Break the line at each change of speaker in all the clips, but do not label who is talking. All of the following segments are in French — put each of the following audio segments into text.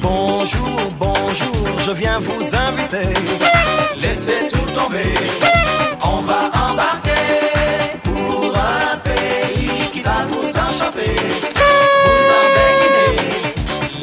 Bonjour, bonjour, je viens vous inviter. Laissez tout tomber, on va embarquer pour un pays qui va vous enchanter. Vous embêtez,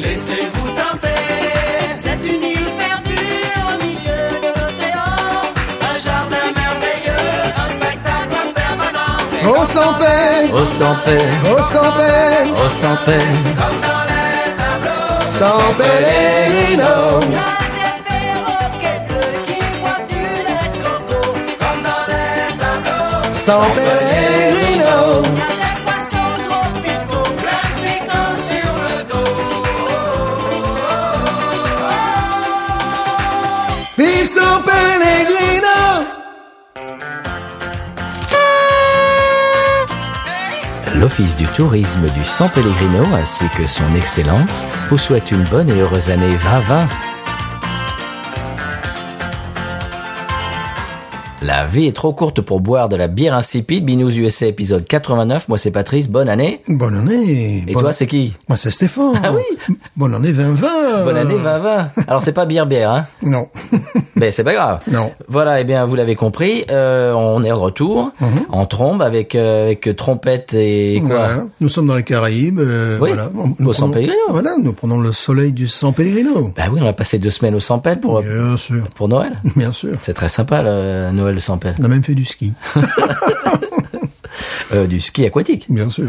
laissez-vous tenter. C'est une île perdue au milieu de l'océan. Un jardin merveilleux, un spectacle en permanence. C'est
Au sans paix,
Au sans paix,
au sans paix,
au sans paix,
comme dans les tableaux.
sans Pellerino.
Des perroquets bleus qui pointuent les cocos comme dans les tableaux.
Sans Pellerino.
Y a des poissons tropicaux, plein de piquants sur le dos.
Vive sans Pellerino.
l'Office du tourisme du San Pellegrino ainsi que son Excellence vous souhaite une bonne et heureuse année 2020. La vie est trop courte pour boire de la bière insipide. Binous USA épisode 89. Moi c'est Patrice. Bonne année.
Bonne année.
Et
Bonne-
toi c'est qui
Moi, c'est Stéphane.
Ah oui.
Bonne année 2020.
Bonne année 2020. Alors c'est pas bière bière hein.
Non.
Mais c'est pas grave.
Non.
Voilà, eh bien, vous l'avez compris, euh, on est de retour
Mhm.
en trombe avec euh, avec trompette et quoi.
Voilà. Nous sommes dans les Caraïbes. euh,
Oui,
voilà.
au
Nous
San
prenons-
Pellegrino.
Voilà, nous prenons le soleil du San Pellegrino.
Bah oui, on a passé deux semaines au Sampel pour
Bien sûr.
pour Noël.
Bien sûr.
C'est très sympa le Noël de Sampel.
On a même fait du ski.
Euh, du ski aquatique.
Bien sûr.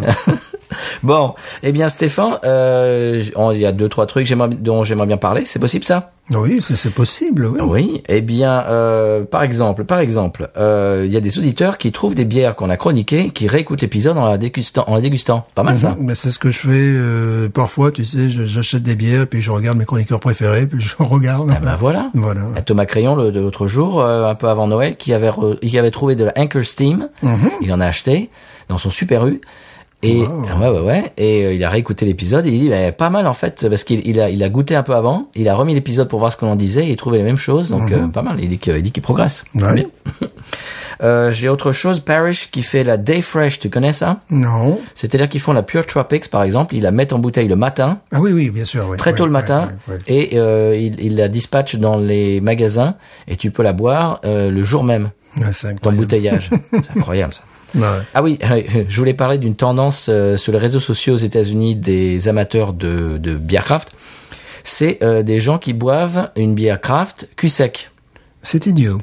Bon, eh bien Stéphane, euh, j- on- il y a deux trois trucs j'aimerais- dont j'aimerais bien parler. C'est possible ça
oui, c'est c'est possible. Oui.
Oui. Eh bien, euh, par exemple, par exemple, euh, il y a des auditeurs qui trouvent des bières qu'on a chroniquées, qui réécoutent l'épisode en la dégustant. En la dégustant. Pas mal ça.
Ben, c'est ce que je fais euh, parfois, tu sais, je- j'achète des bières, puis je regarde mes chroniqueurs préférés, puis je regarde.
Ah bah voilà.
Voilà.
À Thomas Crayon le- de l'autre jour, euh, un peu avant Noël, qui avait re- qui avait trouvé de la Anchor Steam. Il en a acheté dans son Super U. Et ouais ouais ouais et euh, il a réécouté l'épisode et il dit bah, pas mal en fait parce qu'il il a il a goûté un peu avant il a remis l'épisode pour voir ce qu'on en disait et il trouvait les mêmes choses donc euh, pas mal il dit que- il dit qu'il progresse
Ouais.
Bien. Euh, j'ai autre chose Parrish qui fait la Day Fresh tu connais ça
Non.
c'est-à-dire qu'ils font la Pure Tropics par exemple ils la mettent en bouteille le matin
Ah oui, oui, bien sûr. oui.
très
Oui,
tôt le
oui,
matin
oui, oui.
et euh, il, il la dispatche dans les magasins et tu peux la boire euh, le jour même
Ouais, c'est
dans le
incroyable.
bouteillage. C'est incroyable ça.
Ouais.
Ah oui, je voulais parler d'une tendance euh, sur les réseaux sociaux aux États-Unis des amateurs de, de bière craft. C'est euh, des gens qui boivent une bière craft cul sec.
C'est idiot.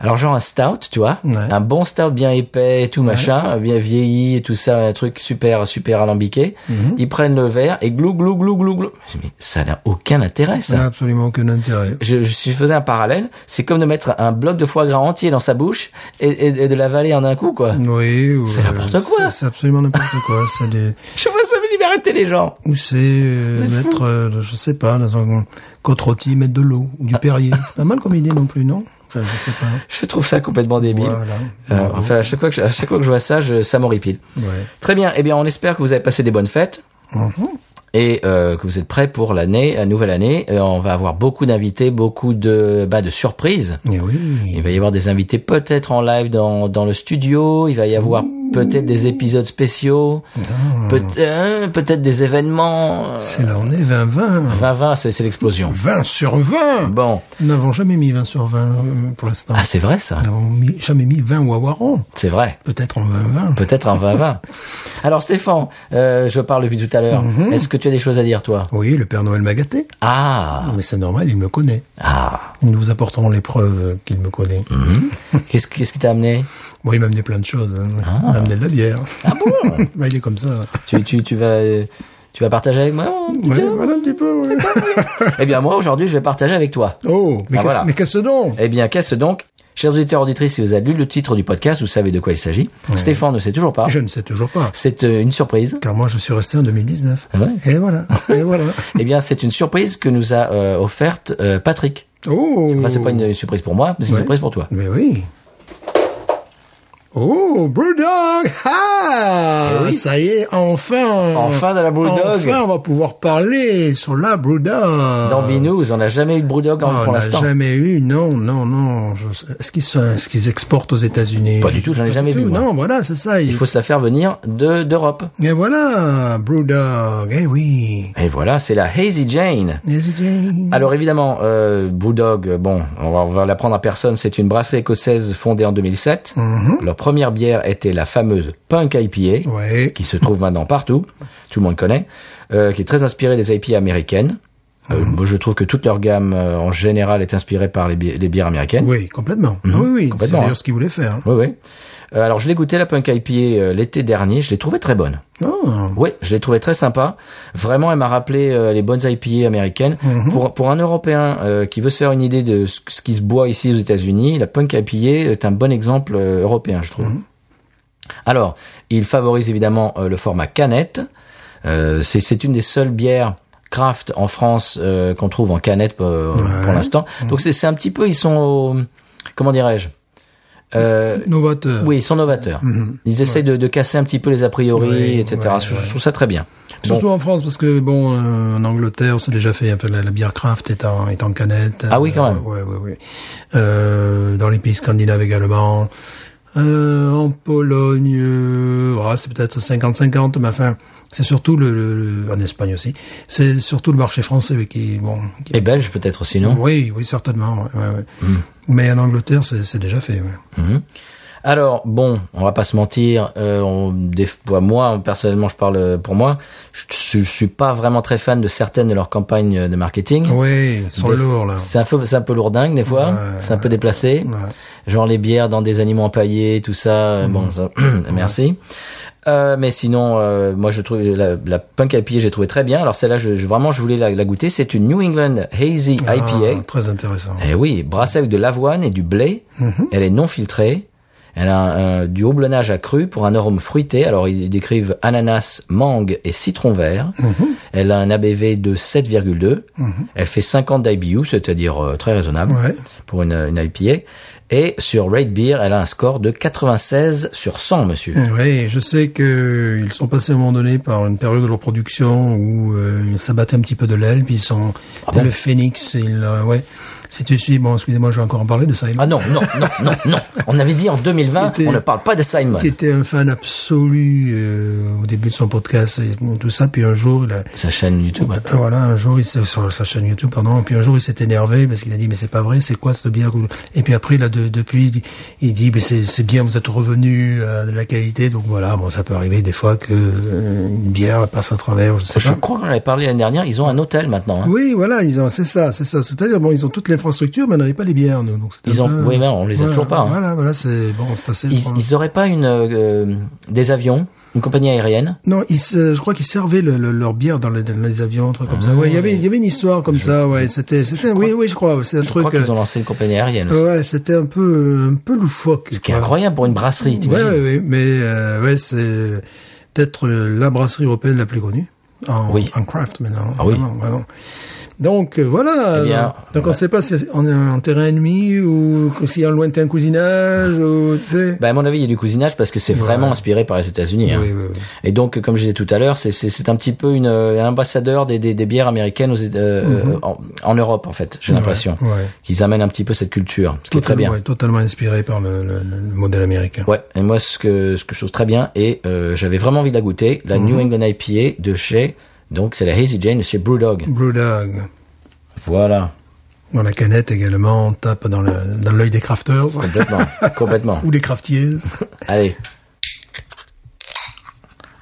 Alors genre un stout, tu vois,
Ouais.
un bon stout bien épais, et tout machin, bien vieilli et tout ça, un truc super super alambiqué. Ils prennent le verre et glou glou glou glou glou. Mais ça n'a aucun intérêt ça
Ça n'a absolument aucun intérêt.
je, je- si je faisais un parallèle, c'est comme de mettre un bloc de foie gras entier dans sa bouche et, et- et de l'avaler en un coup, quoi.
Oui, ou,
C'est
euh,
n'importe quoi.
c'est- C'est absolument n'importe quoi. C'est des,
Je vois ça, mais arrêtez les gens.
ou c'est euh,
C'est fou.
mettre, euh, je sais pas, dans un côte rôti, mettre de l'eau ou du Perrier. C'est pas mal comme idée non plus, non Enfin, Je sais pas.
Ah. Je trouve ça complètement débile.
Voilà.
Euh,
Bravo.
enfin, à chaque fois que je, à chaque fois que je vois ça, je, ça m'horripile.
Ouais.
Très bien. Eh bien, on espère que vous avez passé des bonnes fêtes. Et euh, que vous êtes prêts pour l'année, la nouvelle année. Euh, on va avoir beaucoup d'invités, beaucoup de bah, de surprises.
Et oui.
Il va y avoir des invités peut-être en live dans, dans le studio. Il va y avoir peut-être des épisodes spéciaux. Peut- euh, Peut-être des événements. Euh,
C'est l'année 2020.
20-20, c'est c'est l'explosion.
20 sur 20
Bon.
Nous n'avons jamais mis 20 sur 20 euh, pour l'instant.
Ah, c'est vrai, ça.
Nous n'avons mis- jamais mis 20 Wawaron.
C'est vrai.
Peut-être en 2020.
Peut-être un 20-20. Alors, Stéphane, euh, je parle depuis tout à l'heure.
Mhm.
Est-ce que tu as des choses à dire, toi
Oui, le Père Noël m'a gâté.
Ah
Mais c'est normal, il me connaît.
Ah
Nous vous apporterons les preuves qu'il me connaît.
Mm. Qu'est-ce qu'est-ce qui t'a amené
Bon, il m'a amené plein de choses. hein. Il m'a amené de la bière. Ah bon bah, Il est comme ça.
tu, tu, tu vas... euh, Tu vas partager avec moi un petit
Ouais,
peu
voilà un petit peu. ouais.
Eh bien, moi, aujourd'hui, je vais partager avec toi.
Oh, mais
Ah,
qu'est-ce
voilà.
mais qu'est-ce donc
Eh bien, qu'est-ce donc Chers auditeurs auditrices, si vous avez lu le titre du podcast, vous savez de quoi il s'agit. Stéphane ne sait toujours pas.
Je ne sais toujours pas.
C'est euh, une surprise.
Car moi, je suis resté en 2019.
Ah ouais
Et voilà. Et voilà.
Eh bien, c'est une surprise que nous a euh, offerte euh, Patrick.
Oh.
Enfin, c'est pas une, une surprise pour moi, mais c'est
Ouais.
une surprise pour toi.
Mais oui. Oh, Bulldog Ah
Eh oui.
Ça y est, enfin
Enfin de la Bulldog.
Mmh. Enfin, on va pouvoir parler sur la Bulldog
Dans Binous, on n'a jamais eu de Brewdog en-
Ah,
pour
on n'a
l'instant.
jamais eu, non, non, non. Je sais- Est-ce qu'ils sont- est-ce qu'ils exportent aux États-Unis
Pas du tout, j'en ai
Pas
jamais
du
vu,
tout,
moi.
Non, voilà, c'est ça.
Il faut se la faire venir de d'Europe.
Et voilà, Brewdog, eh oui.
Et voilà, c'est la Hazy Jane.
Hésitez.
Alors évidemment, euh, Brewdog, euh, bon, on va, on va l'apprendre à personne, c'est une brasserie écossaise fondée en 2007. Leur première bière était la fameuse Punk IPA,
Mmh. Ouais.
qui se trouve maintenant partout, tout le monde connaît, euh, qui est très inspirée des IPA américaines. Euh,
Mmh.
moi, je trouve que toute leur gamme, euh, en général, est inspirée par les, bi- les bières américaines.
Oui, complètement. Ah oui, oui, c'est
complètement, hein.
d'ailleurs ce qu'ils voulaient faire.
Oui, oui. Euh, alors, je l'ai goûté la Punk IPA euh, l'été dernier. Je l'ai trouvée très bonne.
Oh,
Oui, je l'ai trouvée très sympa. Vraiment, elle m'a rappelé euh, les bonnes IPA américaines. Pour pour un Européen euh, qui veut se faire une idée de ce, ce qui se boit ici aux États-Unis, la Punk IPA est un bon exemple euh, européen, je trouve. Alors, il favorise évidemment euh, le format canette. Euh, c'est- c'est une des seules bières craft en France euh, qu'on trouve en canette euh, pour l'instant. Donc c'est c'est un petit peu, ils sont, au- comment dirais-je Euh,
novateur.
oui, ils sont novateurs. Ils essayent de, de casser un petit peu les a priori,
Mhm. Oui,
etc.
ouais,
je, je trouve ça très bien.
Surtout
Bon.
en France, parce que bon, euh, en Angleterre, c'est déjà fait. un peu, La, la bière craft est en, est en canette.
Ah oui, quand même.
Oui, oui, oui. Euh, dans les pays scandinaves également. Euh, en Pologne, euh, ah, c'est peut-être 50-50, mais enfin, c'est surtout le, le- le- en Espagne aussi. C'est surtout le marché français oui, qui, bon. qui-
Et belge peut-être aussi, non
oui, oui, certainement. ouais, ouais, ouais.
Hmm.
Mais en Angleterre, c'est c'est déjà fait. ouais.
Alors bon, on va pas se mentir. euh, on, des fois, moi personnellement, je parle euh, pour moi. Je, je- je suis pas vraiment très fan de certaines de leurs campagnes euh, de marketing.
Oui, ils sont
Des-
lourds là.
C'est un peu, c'est un peu lourdingue des fois. c'est un peu déplacé. Genre les bières dans des animaux empaillés, tout ça.
Mhm.
euh, Bon, ça, merci. Euh, mais sinon, euh, moi je trouve la, la punk IPA, j'ai trouvé très bien. Alors celle-là, je, je- vraiment, je voulais la, la goûter. C'est une New England Hazy
Ah,
IPA.
très intéressant.
Eh oui, brassée avec de l'avoine et du blé.
Mhm.
Elle est non filtrée. Elle a un- un- du houblonnage accru pour un arôme fruité. Alors, ils décrivent ananas, mangue et citron vert.
Mhm.
Elle a un ABV de 7,2. Elle fait 50 d'IBU, c'est-à-dire euh, très raisonnable
Ouais.
pour une, une IPA. Et sur Rate Beer, elle a un score de 96 sur 100, monsieur.
Oui, je sais que euh, ils sont passés à un moment donné par une période de leur production où euh, ils s'abattaient un petit peu de l'aile, puis ils sont
Ah
dans le phénix, ils, euh, ouais. Si tu suis, bon, excusez-moi, je vais encore en parler de ça.
Ah non, non, non, non, non. On avait dit en 2020,
C'était-
on ne parle pas de Simon.
Qui était un fan absolu euh, au début de son podcast et tout ça, puis un jour, il a,
Sa chaîne YouTube.
Euh, Voilà, un jour, il s'est, sur sa chaîne YouTube, pardon, puis un jour, il s'est énervé parce qu'il a dit, mais c'est pas vrai, c'est quoi ce bière que vous- Et puis après, là, de- depuis, il dit- il dit, mais c'est, c'est bien, vous êtes revenu à de la qualité, donc voilà, bon, ça peut arriver des fois que euh, une bière passe à travers, je sais
Je
pas.
crois qu'on en avait parlé l'année dernière. Ils ont un hôtel maintenant. hein.
Oui, voilà, ils ont, c'est ça, c'est ça. C'est-à-dire, bon, ils ont toute l'infrastructure, mais on n'avait pas les bières, nous. Donc c'est
Ils
un
ont-
peu-
oui, là, on les a
voilà,
toujours pas, hein.
Voilà, voilà, c'est bon, c'est facile.
Ils,
voilà.
ils auraient pas une euh, des avions, une compagnie aérienne
Non, ils se- je crois qu'ils servaient le- le- leur bière dans les, dans les avions, un truc comme ça. Ouais, il y avait, il y avait une histoire comme ça. Ouais, c'était, c'était, oui, oui, je crois. C'est un
Je
truc.
crois qu'ils
euh,
ont lancé une compagnie aérienne. aussi.
Ouais, c'était un peu, un peu loufoque.
Ce qui est incroyable pour une brasserie,
Ouais,
t'imagines
ouais, ouais, mais euh, ouais, c'est peut-être euh, la brasserie européenne la plus connue en,
Oui.
en craft maintenant.
Ah oui.
Vraiment, vraiment. Donc euh, voilà.
Eh bien,
Donc on
ouais.
sait pas si on est en terrain ennemi ou s'il y a un lointain cousinage ou tu sais.
Bah, à mon avis, il y a du cousinage parce que c'est vraiment inspiré par les États-Unis. hein.
oui, oui, oui.
Et donc, comme je disais tout à l'heure, c'est- c'est c'est un petit peu une, euh, un ambassadeur des, des, des bières américaines aux, Éta- euh, euh, en, en Europe, en fait, j'ai l'impression.
Mhm. ouais.
Qu'ils amènent un petit peu cette culture, ce qui est très bien.
Totalement, ouais, totalement inspiré par le, le- le modèle américain.
Ouais, et moi, ce que, ce que je trouve très bien, et euh, j'avais vraiment envie de la goûter, la
Mhm.
New England IPA de chez, donc c'est la Hazy Jane de chez Brewdog.
Brewdog.
Voilà,
Dans la canette également, on tape dans le- dans l'œil des crafters
complètement, complètement.
ou des craftiers.
Allez.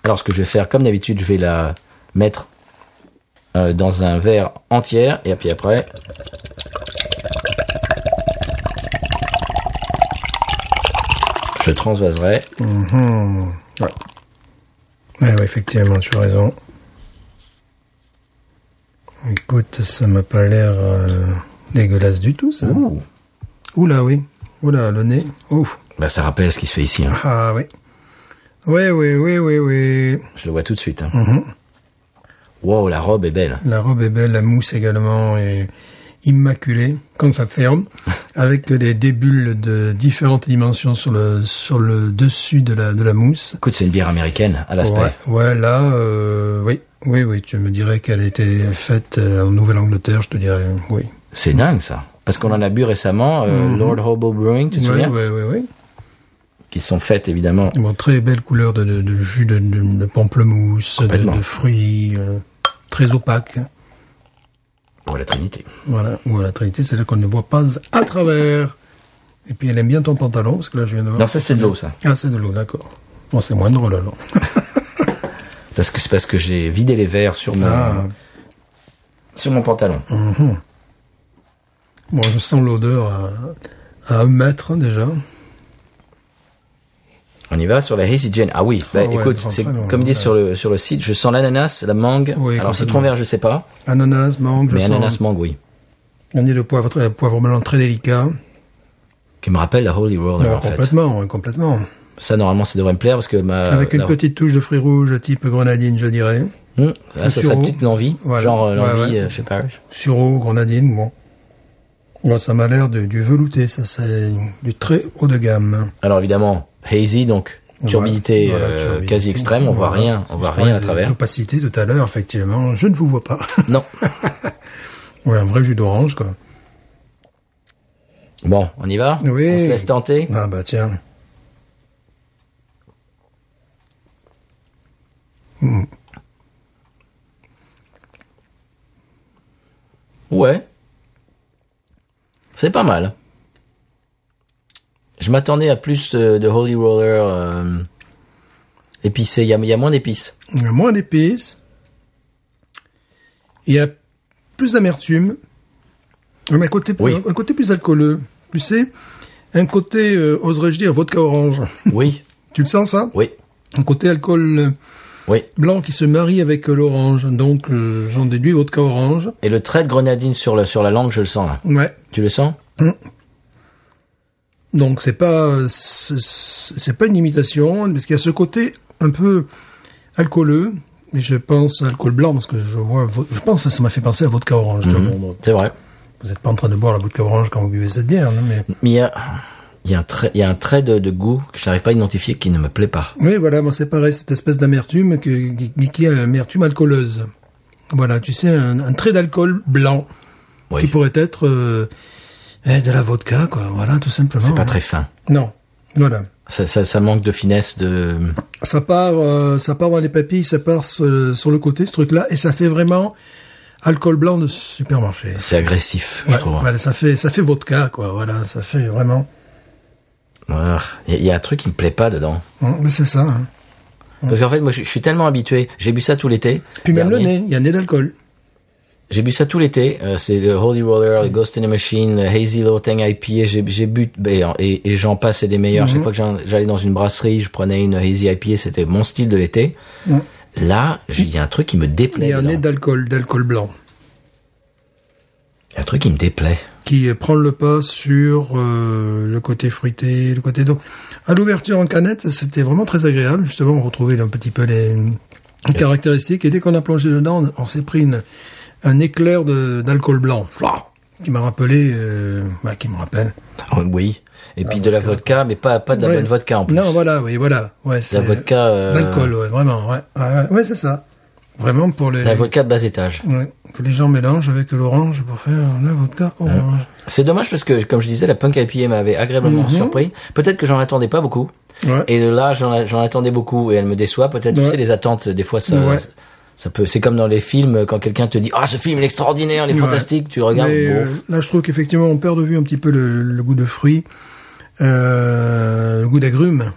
Alors, ce que je vais faire, comme d'habitude, je vais la mettre euh, dans un verre entier, et puis après... Je transvaserai.
Ouais, ouais, effectivement, tu as raison. Écoute, ça m'a pas l'air euh, dégueulasse du tout, ça.
Ouh.
Oula, oui. Oula, le nez. Oh.
Bah, ça rappelle ce qui se fait ici. hein.
Ah oui. Oui, oui, oui, oui, oui.
Je le vois tout de suite. hein. Wow, la robe est belle.
La robe est belle, la mousse également est immaculée quand ça ferme, avec des, des bulles de différentes dimensions sur le sur le dessus de la de la mousse.
Écoute, c'est une bière américaine à l'aspect.
Ouais, ouais, là, euh, oui, oui, oui. Tu me dirais qu'elle a été faite euh, en Nouvelle-Angleterre, je te dirais, oui.
C'est dingue ça. Parce qu'on en a bu récemment, euh, Lord Hobo Brewing, tu te
Oui, oui,
souviens
oui, oui.
Qui sont faites évidemment.
Bon, très belle couleur de, de, de jus de, de- de pamplemousse, de,
Complètement.
de fruits, euh, très opaque.
pour la Trinité.
Voilà, ou à la Trinité, c'est là qu'on ne voit pas à travers. Et puis elle aime bien ton pantalon, parce que là je viens de voir.
Non, ça c'est de l'eau ça.
Ah, c'est de l'eau, d'accord. Bon, c'est moins drôle alors.
Parce que c'est parce que j'ai vidé les verres sur mon
Ah.
sur mon pantalon.
Mhm. Bon, je sens l'odeur à, à un mètre déjà.
On y va sur la Hazy Jane. Ah oui, bah,
Ah ouais,
écoute,
c'est
c'est
très long,
comme ils disent
ouais.
sur le sur le site, je sens l'ananas, la mangue.
Oui,
Alors
complètement.
citron vert, je sais pas,
Ananas, mangue,
mais
je sens
ananas mangue oui.
un nid de poivre, très, poivre blanc très délicat.
Qui me rappelle la Holy Roller
Ah,
en fait.
complètement, oui, complètement.
Ça normalement ça devrait me plaire parce que ma
Avec une
la-
petite touche de fruits rouges type grenadine, je dirais.
Hum, ah, ça c'est
sur-
une petite l'envie,
Voilà.
genre euh,
Ouais,
l'envie,
ouais.
euh, je sais pas.
Sureau, grenadine, bon. Bon, ça m'a l'air de- du velouté, ça c'est du très haut de gamme.
Alors évidemment hazy donc turbidité,
Voilà,
euh,
voilà, turbidité.
quasi extrême, on voit
Voilà.
rien, on voit
Je parlais
rien à
de
travers.
L'opacité tout à l'heure, effectivement, je ne vous vois pas.
Non.
ouais, un vrai jus d'orange, quoi.
Bon, on y va.
Oui.
On se laisse tenter.
Ah bah tiens.
Ouais. C'est pas mal. Je m'attendais à plus de, de Holy Roller euh, épicé. Il y a, il y a moins d'épices.
Il y a moins d'épices. Il y a plus d'amertume. Mais un côté,
Oui.
un côté plus alcooleux. Tu sais, un côté, euh, oserais-je dire, vodka orange.
Oui,
tu le sens, ça
oui,
Un côté alcool euh,
oui.
blanc qui se marie avec euh, l'orange. Donc, euh, j'en déduis vodka orange.
Et le trait de grenadine sur, le, sur la langue, je le sens là.
Ouais.
Tu le sens
Hum. Donc c'est pas euh, c'est- c'est pas une imitation parce qu'il y a ce côté un peu alcooleux mais je pense à alcool blanc parce que je vois vo- je pense que ça m'a fait penser à vodka orange.
Mhm.
Bon, bon,
Hmm. C'est vrai.
vous n'êtes pas en train de boire la vodka orange quand vous buvez cette bière non, mais
Mais il y a, il y a un trait, il y a un trait de, de goût que je n'arrive pas à identifier qui ne me plaît pas.
oui voilà moi c'est pareil cette espèce d'amertume que- qui, qui est amertume alcooleuse. Voilà tu sais un, un trait d'alcool blanc
Oui.
qui pourrait être euh, eh, de la vodka quoi voilà tout simplement. hein.
C'est pas très fin.
Non voilà.
Ça, ça, ça manque de finesse, de.
ça part euh, ça part dans les papilles, ça part sur, sur le côté ce truc là et ça fait vraiment alcool blanc de supermarché.
C'est agressif, je
Ouais,
trouve.
voilà, ça fait ça fait vodka quoi, voilà, ça fait vraiment
Ah, Il y a- il y a un truc qui me plaît pas dedans.
Hum, mais c'est ça. hein.
Parce qu'en fait, moi, je je suis tellement habitué. J'ai bu ça tout l'été.
Puis même
dernier.
le nez, il y a un nez d'alcool.
J'ai bu ça tout l'été. euh, c'est le Holy Roller, le
Mm.
Ghost in the Machine, le Hazy Lotting IPA. J'ai j'ai bu ben, et, et j'en passais des meilleurs.
Mm-hmm.
Chaque fois que j'en- j'allais dans une brasserie, je prenais une Hazy IPA. C'était mon style de l'été. Là, j'ai- il y a un truc qui me
Mm. Il
déplaît.
y a un
dedans.
nez
Il
d'alcool, d'alcool blanc
y a un truc qui me déplaît.
qui euh, prend le pas sur euh, le côté fruité, le côté d'eau. À l'ouverture en canette, c'était vraiment très agréable. Justement, on retrouvait un petit peu les, les caractéristiques. Et dès qu'on a plongé dedans, on s'est pris une, un éclair de- d'alcool blanc. Flah Qui m'a rappelé... euh, bah, qui me rappelle.
Oh, Oui. Et puis de la vodka, mais pas, pas de la
Ah, Ouais.
bonne vodka en plus.
Non, voilà, oui, voilà. Ouais, c'est-
vodka, euh,
D'alcool, ouais, vraiment. Ouais, ouais, ouais, ouais, c'est ça. Vraiment pour les...
De la vodka de bas étage.
ouais, que les gens mélangent avec l'orange pour faire la vodka orange.
C'est dommage parce que, comme je disais, la Punk IPA m'avait agréablement
Mm-hmm.
surpris. Peut-être que j'en attendais pas beaucoup.
Ouais.
Et là, j'en j'en attendais beaucoup et elle me déçoit. Peut-être, tu
Ouais.
sais, les attentes, des fois, ça,
Ouais.
ça peut. C'est comme dans les films, quand quelqu'un te dit Ah, ce film, il est extraordinaire, il est
Ouais.
fantastique, tu le regardes.
Mais,
bon,
euh, là, je trouve qu'effectivement, on perd de vue un petit peu le, le goût de fruits, euh, le goût d'agrumes,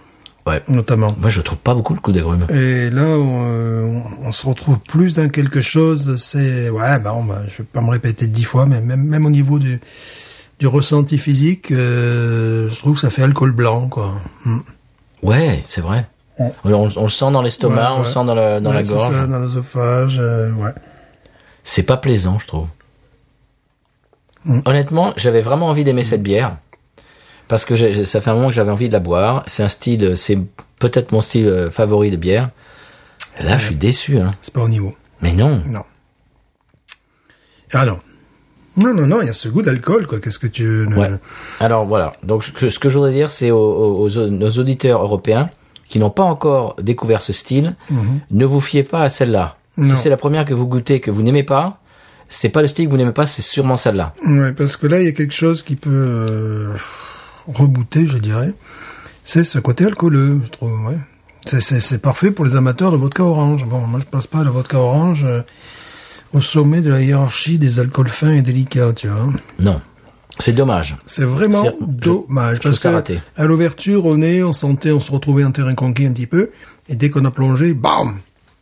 ouais.
notamment.
Moi, je trouve pas beaucoup le coup d'agrumes.
Et là, on, euh, on se retrouve plus dans quelque chose. C'est ouais, bah, on va- je vais pas me répéter dix fois, mais même, même au niveau du, du ressenti physique, euh, je trouve que ça fait alcool blanc, quoi. Hmm.
Ouais, c'est vrai. On, on le sent dans l'estomac,
Ouais,
on le
ouais.
sent dans la, dans
Ouais,
la
c'est
gorge.
ça, dans l'œsophage, euh, ouais.
C'est pas
Mm.
plaisant, je trouve. Honnêtement, j'avais vraiment envie d'aimer cette bière. parce que j'ai- j'ai- ça fait un moment que j'avais envie de la boire. C'est un style, euh, c'est peut-être mon style euh, favori de bière. Là, je suis déçu. Hein.
C'est pas au niveau.
Mais non.
Non. Ah non. Non, non, non, il y a ce goût d'alcool, quoi. Qu'est-ce que tu... veux,
Ouais.
euh,
Alors voilà. Donc ce que, ce que je voudrais dire, c'est aux, aux- aux au- nos auditeurs européens qui n'ont pas encore découvert ce style, ne vous fiez pas à celle-là.
Mhm. Non.
Si c'est la première que vous goûtez que vous n'aimez pas, c'est pas le style que vous n'aimez pas, c'est sûrement celle-là.
Ouais, parce que là, il y a quelque chose qui peut euh, rebooter, je dirais. C'est ce côté alcooleux, je trouve. Ouais. C'est, c'est, c'est parfait pour les amateurs de vodka orange. Bon, moi, je passe pas la vodka orange euh, au sommet de la hiérarchie des alcools fins et délicats, tu vois.
Non. C'est dommage.
C'est vraiment
C'est- je-
dommage
je trouve
parce
ça
que
raté.
à l'ouverture, on est, on sentait, on se retrouvait un terrain conquis un petit peu, et dès qu'on a plongé, bam,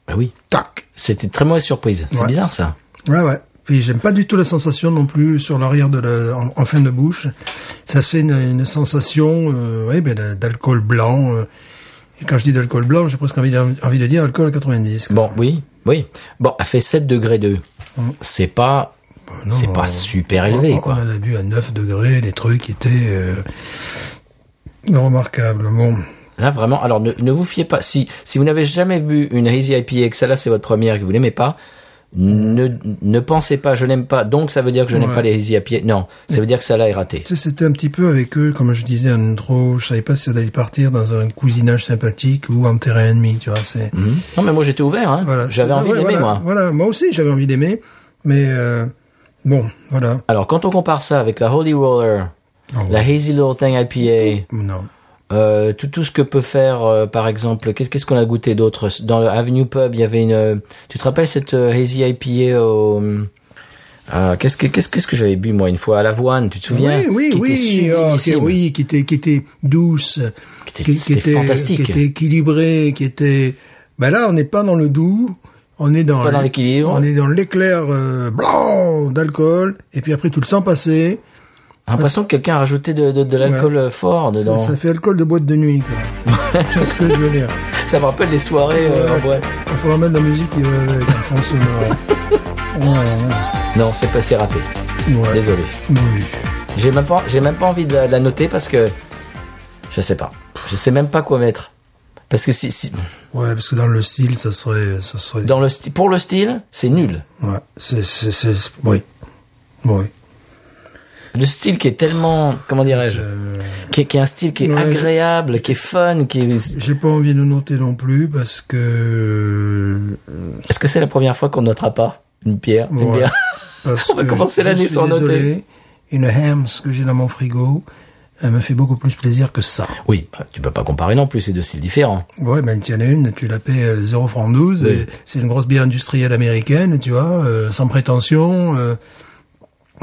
Bah oui.
tac.
C'était une très mauvaise surprise. C'est
Ouais.
bizarre ça.
Ouais, ouais. Puis j'aime pas du tout la sensation non plus sur l'arrière de la, en, en fin de bouche. Ça fait une, une sensation, euh, ouais, ben, de- d'alcool blanc. euh. Et quand je dis d'alcool blanc, j'ai presque envie de, envie de dire alcool à 90. quoi.
Bon, oui, oui. Bon, elle fait 7 degrés 2. C'est pas,
Mm. Bah non,
c'est pas
on-
super élevé,
on,
quoi.
On en a bu à 9 degrés des trucs qui étaient euh, remarquables. Bon.
Là, vraiment, alors ne, ne vous fiez pas. Si, si vous n'avez jamais bu une Hazy IPA et que celle-là c'est votre première et que vous n'aimez pas, ne, ne pensez pas, je n'aime pas, donc ça veut dire que je n'aime
Ouais.
pas les Hazy IPA. Non, ça veut dire que celle-là est ratée.
Tu sais, c'était un petit peu avec eux, comme je disais en intro, je savais pas si on allait partir dans un cousinage sympathique ou en terrain ennemi, tu vois, c'est...
Mhm. Non, mais moi j'étais ouvert, hein.
Voilà,
J'avais
c'est-
envie
ouais,
d'aimer,
voilà,
moi.
Voilà, moi aussi j'avais envie d'aimer, mais euh, bon, voilà.
Alors, quand on compare ça avec la Holy Roller,
Oh.
la Hazy Little Thing IPA,
Non.
Euh, tout, tout ce que peut faire, euh, par exemple, qu'est-ce qu'est-ce qu'on a goûté d'autre Dans le Avenue Pub, il y avait une. euh, tu te rappelles cette euh, hazy IPA au. hum, ah, qu'est-ce que qu'est-ce, qu'est-ce que j'avais bu moi une fois à l'avoine Tu te souviens
Oui,
Qui
oui,
était
oui, oh, qui,
sublimissime.
oui, qui était, qui était douce,
était- c'était fantastique.
qui était équilibrée, qui était. Ben là, on n'est pas dans le doux, on est dans
Pas dans l'équilibre.
on est dans l'éclair euh, blanc d'alcool, et puis après tout le sang passé,
J'ai l'impression que quelqu'un a rajouté de, de, de l'alcool euh, fort
ça,
dedans.
ça
Ça,
fait alcool de boîte de nuit. Quoi. C'est ce que je veux dire.
me rappelle les soirées euh, en boîte.
Il faudra mettre de la musique qui va avec un fond sonore. Ouais,
Non, c'est pas c'est raté.
ouais, ouais.
Désolé.
Oui.
J'ai même pas j'ai même pas envie de la, de la noter parce que je sais pas. Je sais même pas quoi mettre. Parce que si, si
Ouais, parce que dans le style, ça serait, ça serait.
dans le sty- pour le style, c'est nul.
Ouais, c'est, c'est, c'est, c'est- oui, oui.
Le style qui est tellement, comment dirais-je, qui, est, qui est un style qui est
Ouais,
agréable, qui est fun, qui est...
J'ai pas envie de noter non plus parce que.
Est-ce que c'est la première fois qu'on ne notera pas une pierre, une
Ouais.
bière
Parce
On va
que
commencer
je
l'année
suis
sans noter.
désolé, Une hams que j'ai dans mon frigo, elle me fait beaucoup plus plaisir que ça.
Oui, Bah, tu peux pas comparer non plus, c'est deux styles différents.
Ouais, ben tiens une, tu la paies euh, 0 francs 12, et c'est une grosse bière industrielle américaine, tu vois, euh, sans prétention, euh,